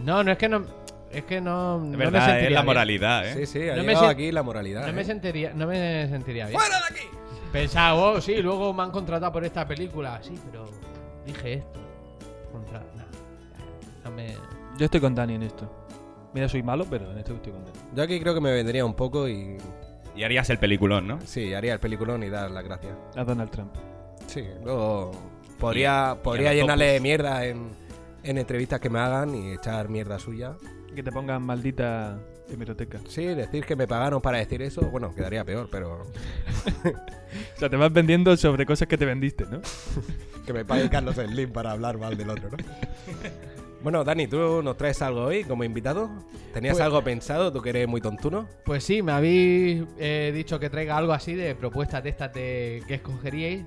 D: No, no es que no. Es que no. no
C: Es
D: me
C: verdad, es
D: sentiría
C: la
D: bien.
C: moralidad, ¿eh?
A: Sí, sí, ha
D: No me
A: llegado
D: sen-
A: aquí la moralidad.
D: No me
A: ¿eh?
D: sentiría, no me sentiría bien.
A: ¡Fuera de aquí!
D: Pensaba, oh, sí, luego me han contratado por esta película. Sí, pero dije esto. Contra... nah, nah, no me...
B: Yo estoy con Dani en esto. Mira, soy malo, pero en esto estoy con Dani.
A: Yo aquí creo que me vendría un poco y.
C: Y harías el peliculón, ¿no?
A: Sí, haría el peliculón y dar las gracias.
B: A Donald Trump.
A: Sí, luego. Podría,
C: Y- y
A: podría
C: a los
A: llenarle
C: topos.
A: de mierda en, en entrevistas que me hagan y echar mierda suya.
B: Que te pongan maldita hemeroteca.
A: Sí, decir que me pagaron para decir eso, bueno, quedaría peor, pero.
B: O sea, te vas vendiendo sobre cosas que te vendiste, ¿no?
A: Que me pague Carlos Slim para hablar mal del otro, ¿no? Bueno, Dani, ¿tú nos traes algo hoy como invitado? ¿Tenías
D: Pues-
A: algo pensado? ¿Tú que eres muy tontuno?
D: Pues sí, me habéis eh, dicho que traiga algo así de propuestas de estas de que escogeríais.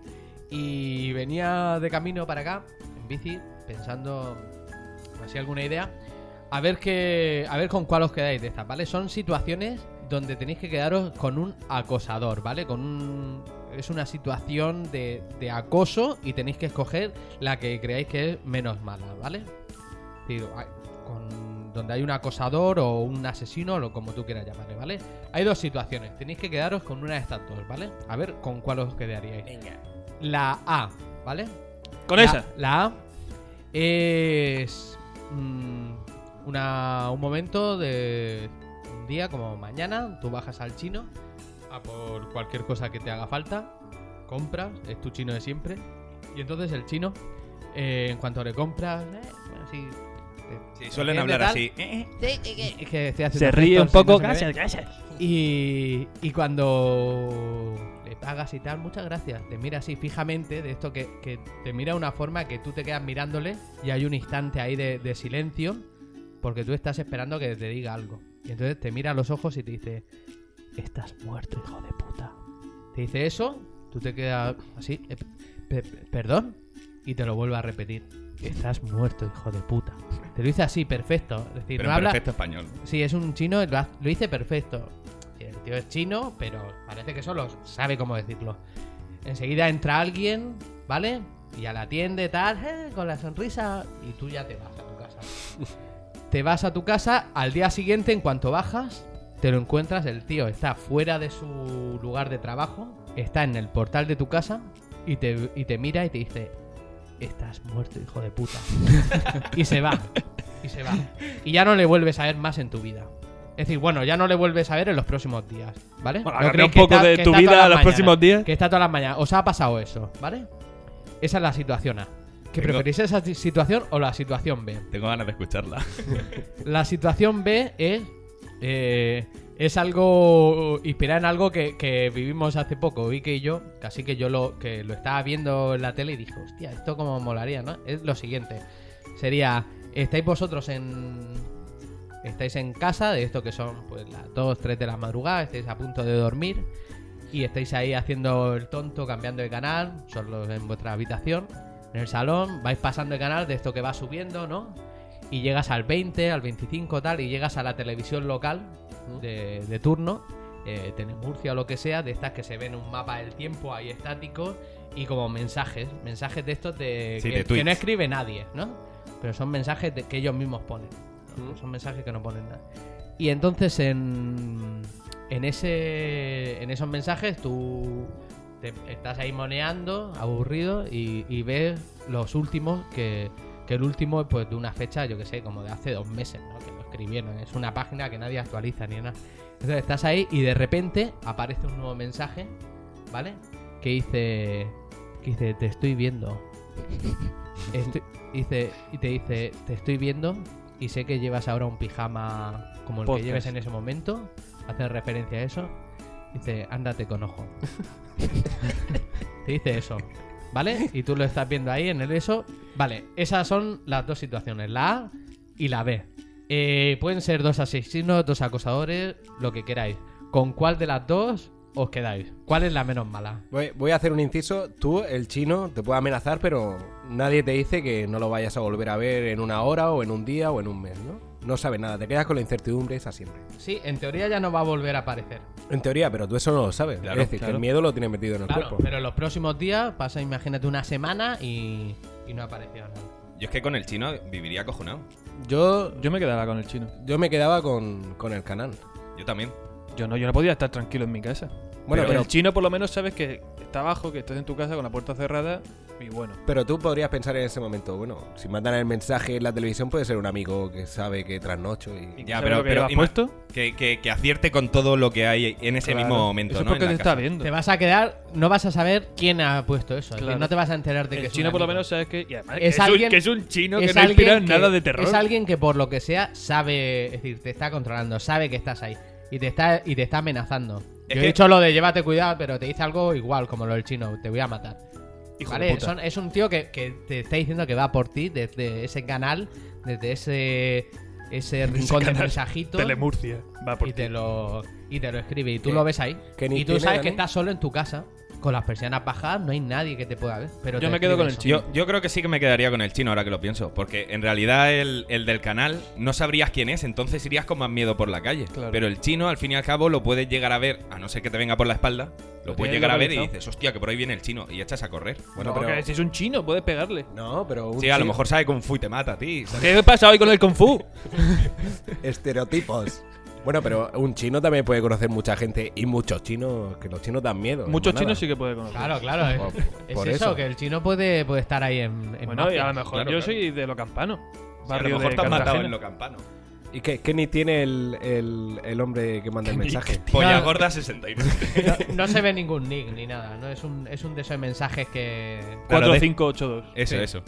D: Y venía de camino para acá, en bici, pensando así alguna idea. A ver que, a ver con cuál os quedáis de estas, ¿vale? Son situaciones donde tenéis que quedaros con un acosador, ¿vale? Con un. Es una situación de, de acoso y tenéis que escoger la que creáis que es menos mala, ¿vale? Digo, hay- con- donde hay un acosador o un asesino, o como tú quieras llamarle, ¿vale? Hay dos situaciones. Tenéis que quedaros con una de estas dos, ¿vale? A ver con cuál os quedaríais. La A, ¿vale?
B: Con
D: La-
B: esa.
D: La A es mm, una, un momento de un día como mañana, tú bajas al chino a por cualquier cosa que te haga falta, compras, es tu chino de siempre, y entonces el chino, eh, en cuanto le compras, eh, bueno, sí, te-
C: Sí,
D: te
C: suelen
D: atiende
C: hablar
D: tal,
C: así. eh, eh.
D: es que estoy haciendo
B: Se ríe un
D: gestos y no
B: poco.
D: se me ve.
B: gracias.
D: Y, y cuando le pagas y tal, muchas gracias. Te mira así fijamente, de esto que, que te mira de una forma que tú te quedas mirándole y hay un instante ahí de, de silencio porque tú estás esperando que te diga algo. Y entonces te mira a los ojos y te dice, estás muerto, hijo de puta. Te dice eso, tú te quedas así, "Eh, pe- pe- perdón, y te lo vuelve a repetir. Estás muerto, hijo de puta. Te lo dice así, perfecto. Es decir,
C: Pero
D: no
C: en
D: habla,
C: perfecto español.
D: Sí, es un chino, lo, ha- lo hice perfecto. El tío es chino, pero parece que solo sabe cómo decirlo. Enseguida entra alguien, ¿vale? Y ya la atiende, tal, eh, con la sonrisa, y tú ya te vas a tu casa. te vas a tu casa, al día siguiente, en cuanto bajas, te lo encuentras, el tío está fuera de su lugar de trabajo, está en el portal de tu casa, y te, y te mira y te dice, estás muerto, hijo de puta. y se va, y se va. Y ya no le vuelves a ver más en tu vida. Es decir, bueno, ya no le vuelves a ver en los próximos días, ¿vale?
B: Bueno,
D: No
B: agarra
D: creéis
B: un
D: que
B: poco
D: está-
B: de
D: que
B: tu
D: está
B: vida
D: todas
B: a
D: las
B: los próximos días.
D: Que está todas las mañanas. Os ha pasado eso, ¿vale? Esa es la situación A. ¿Que
C: Tengo-
D: preferís esa ti- situación o la situación B?
C: Tengo ganas de escucharla.
D: La situación B es. eh, es algo. inspirada en algo que, que vivimos hace poco, Vicky y yo. Casi que yo lo, que lo estaba viendo en la tele y dije, hostia, esto como molaría, ¿no? Es lo siguiente. Sería. Estáis vosotros en. Estáis en casa, de esto que son pues las 2, 3 de la madrugada, estáis a punto de dormir y estáis ahí haciendo el tonto, cambiando de canal, solos en vuestra habitación, en el salón, vais pasando el canal de esto que va subiendo, ¿no? Y llegas al 20, al 25, tal, y llegas a la televisión local de, de turno, eh, Tele Murcia o lo que sea, de estas que se ven un mapa del tiempo ahí estático, y como mensajes, mensajes de estos de,
C: Sí,
D: que,
C: de
D: que no
C: tweets.
D: escribe nadie, ¿no? Pero son mensajes de- que ellos mismos ponen. ¿no? Son mensajes que no ponen nada. Y entonces en, en, ese, en esos mensajes tú te estás ahí moneando, aburrido, y, y ves los últimos, que, que el último es pues, de una fecha, yo que sé, como de hace dos meses, ¿no? que lo escribieron. Es una página que nadie actualiza ni nada. Entonces estás ahí y de repente aparece un nuevo mensaje, ¿vale? Que dice, que dice, te estoy viendo. Estoy- dice, y te dice, te estoy viendo y sé que llevas ahora un pijama como el
B: Podcast.
D: que lleves en ese momento. Hace referencia a eso. Dice, ándate con ojo. te dice eso. ¿vale? Y tú lo estás viendo ahí en el eso. Vale, esas son las dos situaciones, la A y la B. Eh, pueden ser dos asesinos, dos acosadores, lo que queráis. ¿Con cuál de las dos os quedáis? ¿Cuál es la menos mala?
A: Voy, voy a hacer un inciso. Tú, el chino, te puede amenazar, pero nadie te dice que no lo vayas a volver a ver en una hora o en un día o en un mes, ¿no? No sabes nada, te quedas con la incertidumbre esa siempre.
D: Sí, en teoría ya no va a volver a aparecer.
A: En teoría, pero tú eso no lo sabes.
C: Claro,
A: es decir, que
B: claro.
A: el miedo lo tienes metido en el
D: Claro,
A: cuerpo.
D: pero los próximos días pasa, imagínate, una semana y, y no ha aparecido nada.
C: Yo es que con el chino viviría acojonado.
A: Yo,
B: Yo me quedara con el chino.
A: yo me quedaba con, con el canal.
C: Yo también.
B: Yo no, yo no podía estar tranquilo en mi casa.
A: Bueno,
B: pero,
A: pero,
B: el chino por lo menos sabes que está abajo, que estás en tu casa con la puerta cerrada y bueno.
A: pero tú podrías pensar en ese momento, bueno, si mandan el mensaje en la televisión puede ser un amigo que sabe que trasnocho y...
B: ¿Y
C: Ya,
B: sabes
C: pero-
B: lo que
C: pero
B: llevas
C: ima-
B: puesto?
C: Que, que- que acierte con todo lo que hay en ese
B: Claro.
C: mismo momento,
B: Eso es
C: ¿no?
B: porque
C: En
B: te
C: la
B: está
C: casa.
B: viendo.
D: Te vas a quedar, no vas a saber quién ha puesto eso. es decir,
B: Claro.
D: no te vas a enterar de que
B: El
D: es un
B: chino por lo
D: amigo.
B: menos sabes que... Y además
D: Es
B: que es, un-
D: alguien-
B: que es un chino que
D: Es
B: no
D: alguien
B: inspira
D: que-
B: nada de terror.
D: Es alguien que por lo que sea sabe, es decir, te está controlando, sabe que estás ahí y te está, y te está amenazando.
C: Es
D: Yo
C: que-
D: he dicho lo de llévate cuidado, pero te dice algo igual, como lo del chino, te voy a matar.
B: Hijo de
D: ¿Vale?
B: puta.
D: Son- es un tío que, que te está diciendo que va por ti desde ese canal, desde ese, ese rincón de
B: canal.
D: mensajito.
B: Telemurcia. Va por
D: Y te,
B: ti.
D: lo, y te lo escribe y tú
A: Que-
D: lo ves ahí.
A: que ni
D: Y tú
A: tiene,
D: sabes
A: Dani.
D: que estás solo en tu casa, con las persianas bajadas, no hay nadie que te pueda ver. Pero
B: Yo
D: te
B: me quedo
D: escribe
B: con el
D: eso.
B: chino.
C: Yo, yo creo que sí que me quedaría con el chino ahora que lo pienso, porque en realidad el, el del canal no sabrías quién es, entonces irías con más miedo por la calle.
B: Claro.
C: Pero el chino al fin y al cabo lo puedes llegar a ver, a no ser que te venga por la espalda, lo,
B: Lo
C: puedes
B: tienes
C: llegar a ver y
B: localizado.
C: dices, hostia, que por ahí viene el chino y echas a correr.
A: Bueno,
B: No,
A: pero...
B: que si es un chino, puedes pegarle.
A: No, pero... un
C: Sí, a lo
A: chi-
C: mejor sabe Kung Fu y te mata a ti. ¿sabes?
B: ¿Qué pasa hoy con el Kung Fu?
A: Estereotipos. bueno, pero un chino también puede conocer mucha gente y muchos chinos, que los chinos dan miedo.
B: Muchos
A: hermanada.
B: chinos sí que puede conocer.
D: Claro, claro. eh.
A: Por-
D: Es
A: Oh, por
D: eso,
A: eso.
D: que el chino puede, puede estar ahí en, en
B: Bueno, y a
D: mafias.
B: lo mejor
C: Claro,
B: yo
C: claro.
B: soy de lo campano.
C: Sí, a lo
B: barrio
C: mejor
B: de
C: te han matado
B: Cartagena.
C: en lo campano.
A: ¿Y qué, qué ni tiene el, el- el hombre que manda el mensaje?
C: Polla
D: Claro.
C: gorda 69.
D: No se ve ningún nick ni nada, ¿no? Es un, es un de esos mensajes que...
C: Claro, de-
B: 4582.
C: Eso,
D: Sí.
C: eso.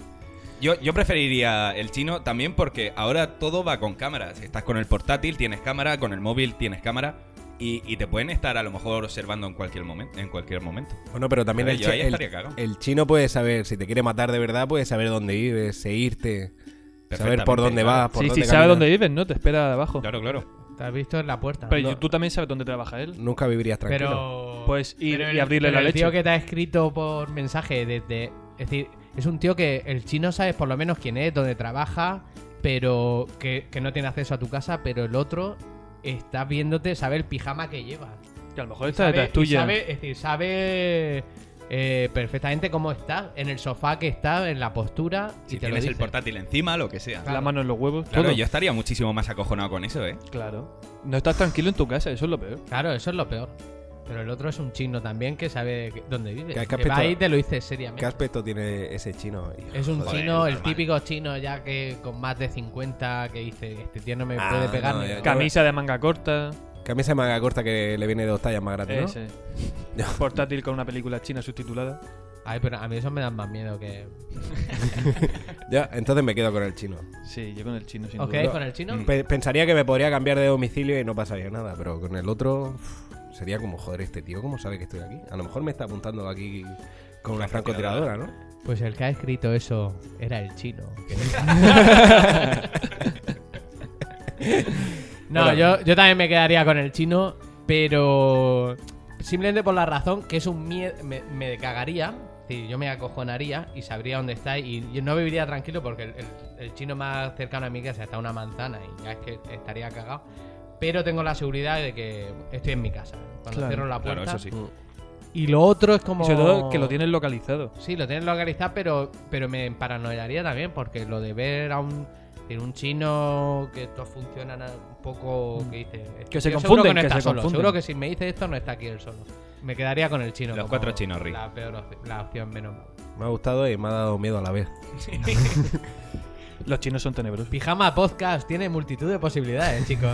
C: Yo, yo preferiría el chino también porque ahora todo va con cámara. Si estás con el portátil, tienes cámara, con el móvil tienes cámara. Y, y te pueden estar a lo mejor observando en cualquier momento. En cualquier momento.
A: Bueno, pero también
C: Claro,
A: el,
C: yo ahí
A: chi- el-
C: estaría cagado.
A: el chino puede saber, si te quiere matar de verdad, puede saber dónde vives, seguirte, saber por
C: Perfectamente,
A: dónde
C: claro.
A: vas, por
B: Sí,
A: dónde
B: sí, sabe
A: caminas.
B: dónde vives, ¿no? Te espera abajo.
C: Claro, claro.
D: Te has visto en la puerta.
B: Pero
D: ¿no?
B: tú también sabes dónde trabaja él.
A: Nunca vivirías tranquilo.
D: Pero...
B: Puedes ir
D: pero
B: y
D: el-
B: abrirle
D: pero
B: la
D: el
B: leche.
D: tío que te ha escrito por mensaje desde... Es decir, es un tío que el chino sabes por lo menos quién es, dónde trabaja, pero que, que no tiene acceso a tu casa, pero el otro está viéndote, sabe el pijama que llevas.
B: Que a lo mejor está
D: sabe-
B: detrás
D: y
B: tuya.
D: sabe- es decir, sabe eh, perfectamente cómo está, en el sofá que está, en la postura. Y
C: Si
D: te
C: tienes
D: lo
C: el
D: dice.
C: portátil encima, lo que sea.
B: La
D: claro.
B: mano en los huevos.
C: Claro,
B: todo.
C: yo estaría muchísimo más acojonado con eso, ¿eh?
B: Claro. No estás tranquilo en tu casa, eso es lo peor.
D: Claro, eso es lo peor. Pero el otro es un chino también que sabe que- dónde vive.
A: ¿Qué- qué
D: Que va
A: aspecto-
D: ahí y te lo dice
A: ¿Qué
D: seriamente.
A: aspecto tiene ese chino? hijo?
D: Es un
C: Joder,
D: chino, el
C: normal.
D: típico chino ya que con más de 50 que dice, este tío no me
A: Ah,
D: puede pegar.
A: no,
D: ni
A: ya-
D: nada".
B: Camisa de manga corta.
A: Camisa de manga corta que le viene dos tallas más grande, ¿no?
B: Ese. Portátil con una película china subtitulada.
D: Ay, pero a mí eso me da más miedo que...
A: Ya, entonces me quedo con el chino.
B: Sí, yo con el chino sin
D: ¿Os
B: duda.
D: quedáis con el chino?
A: Pe- pensaría que me podría cambiar de domicilio y no pasaría nada, pero con el otro uf, sería como, joder, este tío, ¿cómo sabe que estoy aquí? A lo mejor me está apuntando aquí con una francotiradora, ¿no?
D: Pues el que ha escrito eso era el chino. no,
A: Hola.
D: yo, yo también me quedaría con el chino, pero simplemente por la razón que es un miedo. Me, me cagaría, es decir, yo me acojonaría y sabría dónde está y yo no viviría tranquilo porque el, el- el chino más cercano a mi casa está a una manzana y ya es que estaría cagado. Pero tengo la seguridad de que estoy en mi casa. Cuando
B: Claro, Mm.
D: cierro la
C: Claro,
D: puerta.
C: eso sí.
D: Y lo otro es
B: Y
D: como.
B: sobre todo que lo tienes localizado.
D: Sí, lo tienen localizado, pero, pero me paranoiaría también, porque lo de ver a un, en un chino que todos funcionan a- un poco. Que, dice,
B: Que se
D: "Yo seguro
B: confunden,
D: no
B: que
D: está
B: se
D: solo,
B: confunden".
D: Seguro que si me dice esto, no está aquí él solo. Me quedaría con el chino.
C: Los
D: como
C: cuatro chinos, Rick.
D: La peor opci- la opción menos mala.
A: Me ha gustado y me ha dado miedo a la vez.
B: Los chinos son tenebrosos.
D: Pijama Podcast tiene multitud de posibilidades, chicos.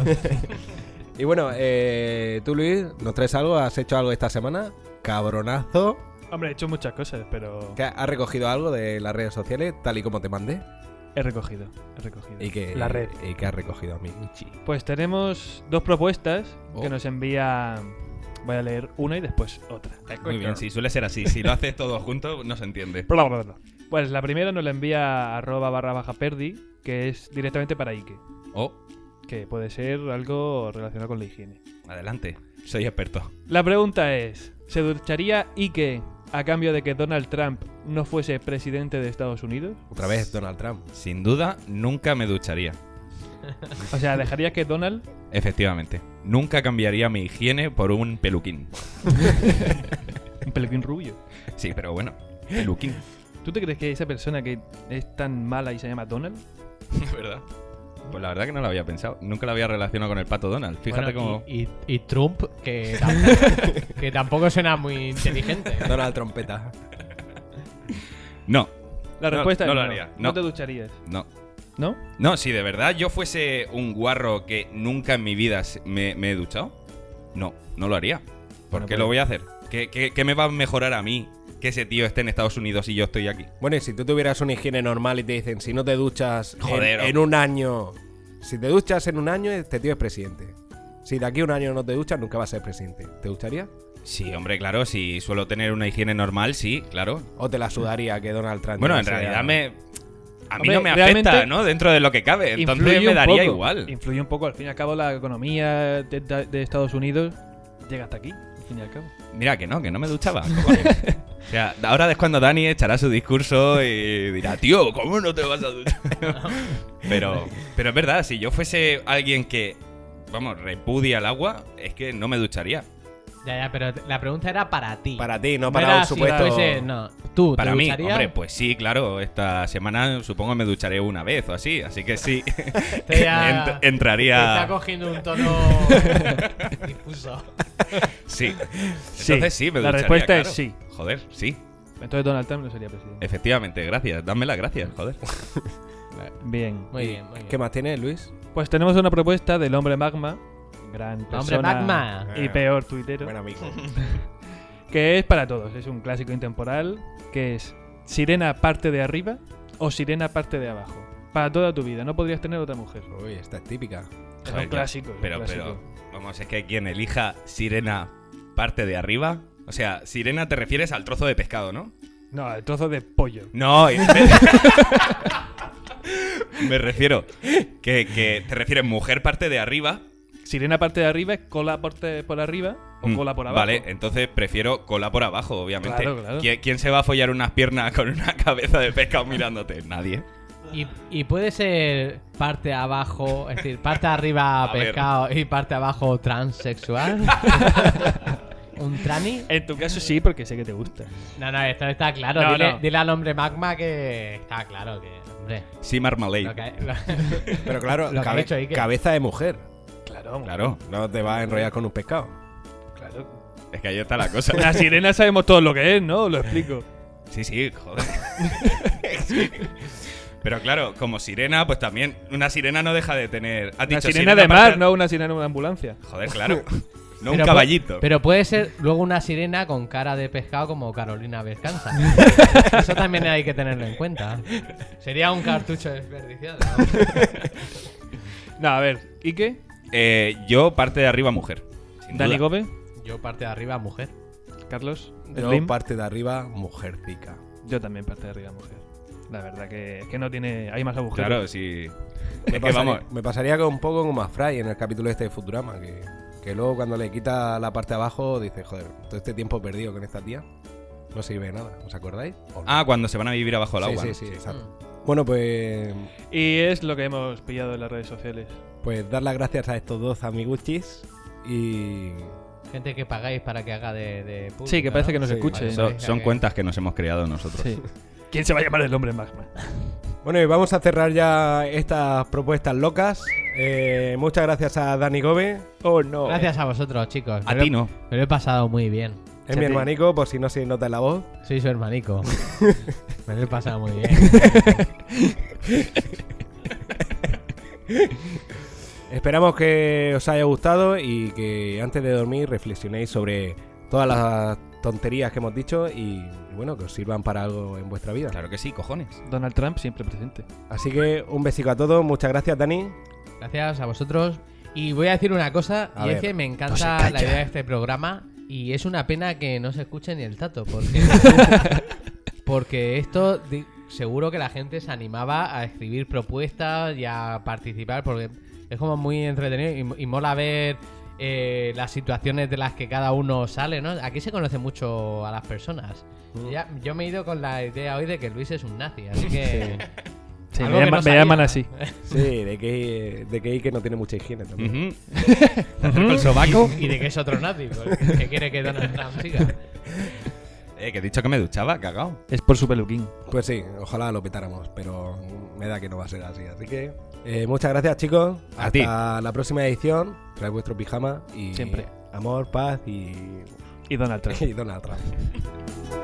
A: Y bueno, eh, tú Luis, ¿nos traes algo? ¿Has hecho algo esta semana? Cabronazo.
B: Hombre, he hecho muchas cosas, pero
A: ¿Que ¿Has recogido algo de las redes sociales, tal y como te mandé?
B: he recogido. He recogido.
A: ¿Y que,
B: La red.
A: ¿Y que has recogido a mí?
B: Pues tenemos dos propuestas
A: Oh.
B: que nos envía Voy a leer una y después otra.
C: Muy bien, sí, suele ser así. Si lo haces todo junto, no se entiende.
B: Bla, bla, bla. Pues la primera nos la envía arroba barra baja perdi, que es directamente para Ike,
C: Oh,
B: que puede ser algo relacionado con la higiene.
C: adelante. Soy experto.
B: La pregunta es, ¿se ducharía Ike a cambio de que Donald Trump no fuese presidente de Estados Unidos?
A: Otra vez Donald Trump.
C: Sin duda, nunca me ducharía.
B: O sea, ¿dejarías que Donald...
C: Efectivamente. Nunca cambiaría mi higiene por un peluquín.
B: Un peluquín rubio.
C: Sí, pero bueno. Peluquín,
B: ¿Tú te crees que esa persona que es tan mala y se llama Donald?
C: de verdad. Pues la verdad que no lo había pensado. Nunca lo había relacionado con el pato Donald. Fíjate
D: Bueno,
C: cómo.
D: y, y- y Trump, que, tam- que tampoco suena muy inteligente.
A: Donald Trompeta.
C: No,
B: La
C: No,
B: respuesta
C: no
B: es
C: lo
B: no.
C: haría,
B: No
C: no.
B: te ducharías,
C: no.
B: ¿no?
C: No, si de verdad yo fuese un guarro que nunca en mi vida se- me, me he duchado, no, no lo haría. ¿Por
B: Bueno,
C: qué
B: pues-
C: lo voy a hacer? ¿Qué, qué, qué me va a mejorar a mí que ese tío esté en Estados Unidos y yo estoy aquí?
A: Bueno, y si tú tuvieras una higiene normal y te dicen, si no te duchas en- en,
C: Joder, hombre.
A: un año, si te duchas en un año, este tío es presidente. Si de aquí a un año no te duchas, nunca vas a ser presidente. ¿Te gustaría?
C: Sí, hombre, claro, si suelo tener una higiene normal, sí, claro.
A: ¿O te la sudaría que Donald Trump?
C: Bueno, en
A: sea-
C: realidad me... A mí
B: Hombre,
C: no me afecta,
B: realmente-
C: ¿no? Dentro de lo que cabe. Entonces
B: Influye
C: me
B: un
C: daría
B: poco,
C: igual.
B: Influye un poco, al fin y al cabo la economía de, de- de Estados Unidos llega hasta aquí, al fin y al cabo.
C: Mira, que no, que no me duchaba. cojones. o sea, ahora es cuando Dani echará su discurso y dirá, tío, ¿cómo no te vas a duchar? pero, pero es verdad, si yo fuese alguien que, vamos, repudia el agua, es que no me ducharía.
D: Ya, ya, pero la pregunta era para ti.
A: Para ti, no
D: No
A: para
D: era
A: un
D: si
A: supuesto.
D: fuese- no, tú, ¿te
C: Para mí,
D: ducharías?
C: hombre, pues sí, claro, esta semana supongo me ducharé una vez o así, así que sí,
D: Te ya-
C: Ent-
D: te está
C: entraría...
D: cogiendo un tono difuso.
C: Sí.
B: Sí.
C: Entonces sí, me
B: La
C: ducharía,
B: respuesta es
C: claro.
B: sí.
C: Joder, sí.
B: Entonces Donald Trump no sería
C: Eh.
B: presidente.
C: Efectivamente, gracias. Dame las gracias, joder.
B: Bien.
D: Muy bien, muy bien.
A: ¿Qué más tienes, Luis?
B: Pues tenemos una propuesta del hombre magma, gran persona
D: Hombre, Magma.
C: Ah.
B: y peor tuitero,
A: Buen amigo.
B: que es para todos, es un clásico intemporal, que es sirena parte de arriba o sirena parte de abajo. Para toda tu vida, no podrías tener otra mujer.
A: Uy, esta es típica.
B: Es
C: Joder,
B: un clásico. es un
C: Pero,
B: clásico.
C: pero, vamos, es que quien elija sirena parte de arriba. O sea, sirena te refieres al trozo de pescado, ¿no?
B: No, el trozo de pollo.
C: No, y- me refiero que, que te refieres mujer parte de arriba.
B: Sirena parte de arriba es cola parte por arriba o
C: Mm,
B: cola por abajo.
C: Vale, entonces prefiero cola por abajo, obviamente.
B: Claro, claro.
C: ¿Qui- ¿Quién se va a follar unas piernas con una cabeza de pescado mirándote? Nadie.
D: Y, y puede ser parte abajo, es decir, parte arriba
C: A ver.
D: pescado y parte abajo transexual. ¿Un trani?
B: En tu caso sí, porque sé que te gusta.
D: No, no, esto está claro.
B: No,
D: dile,
B: no.
D: dile al hombre magma que está claro que, hombre,
C: Sí, Marmalade.
D: lo que, lo-
A: Pero claro,
D: Lo que ha
A: cabe-
D: dicho Iker.
A: cabeza de mujer.
B: Claro,
C: Claro,
A: No te vas a enrollar con un pescado.
B: claro.
C: es que ahí está la cosa.
B: La sirena sabemos todo lo que es, ¿no? Lo explico.
C: Sí, sí, joder. Sí. Pero claro, como sirena, pues también una sirena no deja de tener.
B: Una
C: ¿Has dicho
B: sirena de mar,
C: para-
B: no una sirena de una ambulancia.
C: Joder, claro. No un
D: Pero pu-
C: caballito.
D: Pero puede ser luego una sirena con cara de pescado como Carolina Vescanza. Eso también hay que tenerlo en cuenta. Sería un cartucho desperdiciado.
B: No, a ver, ¿y qué?
C: Eh, yo parte de arriba mujer. sin
B: Dani
C: duda.
B: Gobe,
D: Yo parte de arriba, mujer.
B: Carlos,
A: Yo
B: Slim.
A: parte de arriba, mujercica.
B: Yo también parte de arriba, mujer. La verdad que, que no tiene. Hay más agujeros.
C: Claro, sí.
A: Me
C: Es que
A: pasaría,
C: vamos.
A: me pasaría con un poco como a Fry en el capítulo este de Futurama, que, que luego cuando le quita la parte de abajo dice, joder, todo este tiempo perdido con esta tía no sirve de nada, ¿os acordáis?
C: Ah, cuando se van a vivir abajo el
A: sí,
C: agua.
A: sí,
C: ¿no? Mm.
A: sí, exacto. Bueno, pues,
B: Y es lo que hemos pillado en las redes sociales.
A: pues dar las gracias a estos dos amiguchis y...
D: Gente que pagáis para que haga de, de pública,
B: Sí, que parece que nos
A: Sí,
B: escuche.
D: vale,
C: So-
D: Venga,
C: son
D: que-
C: cuentas que nos hemos creado nosotros.
B: Sí. ¿Quién se va a llamar el hombre magma?
A: Bueno, y vamos a cerrar ya estas propuestas locas. Eh, muchas gracias a Dani Gobe. Oh, no.
D: Gracias a vosotros, chicos.
C: A
D: Me lo-
C: ti no.
D: Me lo he pasado muy bien.
A: Es mi hermanico, por si no se nota en la voz.
D: Soy su hermanico. Me lo he pasado muy bien.
A: Esperamos que os haya gustado y que antes de dormir reflexionéis sobre todas las tonterías que hemos dicho y bueno, que os sirvan para algo en vuestra vida.
C: Claro que sí, cojones.
B: Donald Trump siempre presente.
A: Así que un besico a todos, muchas gracias Dani.
D: Gracias a vosotros. Y voy a decir una cosa,
A: A
D: y
A: ver.
D: es que me
B: No se
D: encanta
B: calla.
D: la idea de este programa, Y es una pena que no se escuche ni el tato, porque, porque esto di- seguro que la gente se animaba a escribir propuestas y a participar, porque es como muy entretenido y, y mola ver eh, las situaciones de las que cada uno sale, ¿no? Aquí se conoce mucho a las personas.
B: Mm.
D: Ya- yo me he ido con la idea hoy de que Luis es un nazi, así que...
B: Sí,
D: Algo
B: me,
D: que
B: llama-
D: no
B: me
D: sabía.
B: llaman así.
A: Sí, de que, de que Ike no tiene mucha higiene también.
C: Ujú.
B: Ujú.
D: Y de que es otro nazi, porque ¿qué quiere que Donald Trump siga?
C: Eh, que he dicho que me duchaba, cagao.
B: Es por su peluquín.
A: Pues sí, ojalá lo petáramos, pero me da que no va a ser así. Así que eh, muchas gracias, chicos.
C: A
A: Hasta
C: ti.
A: la próxima edición. Trae vuestro pijama y
B: Siempre.
A: amor, paz y,
B: Y Donald Trump.
A: y Donald Trump.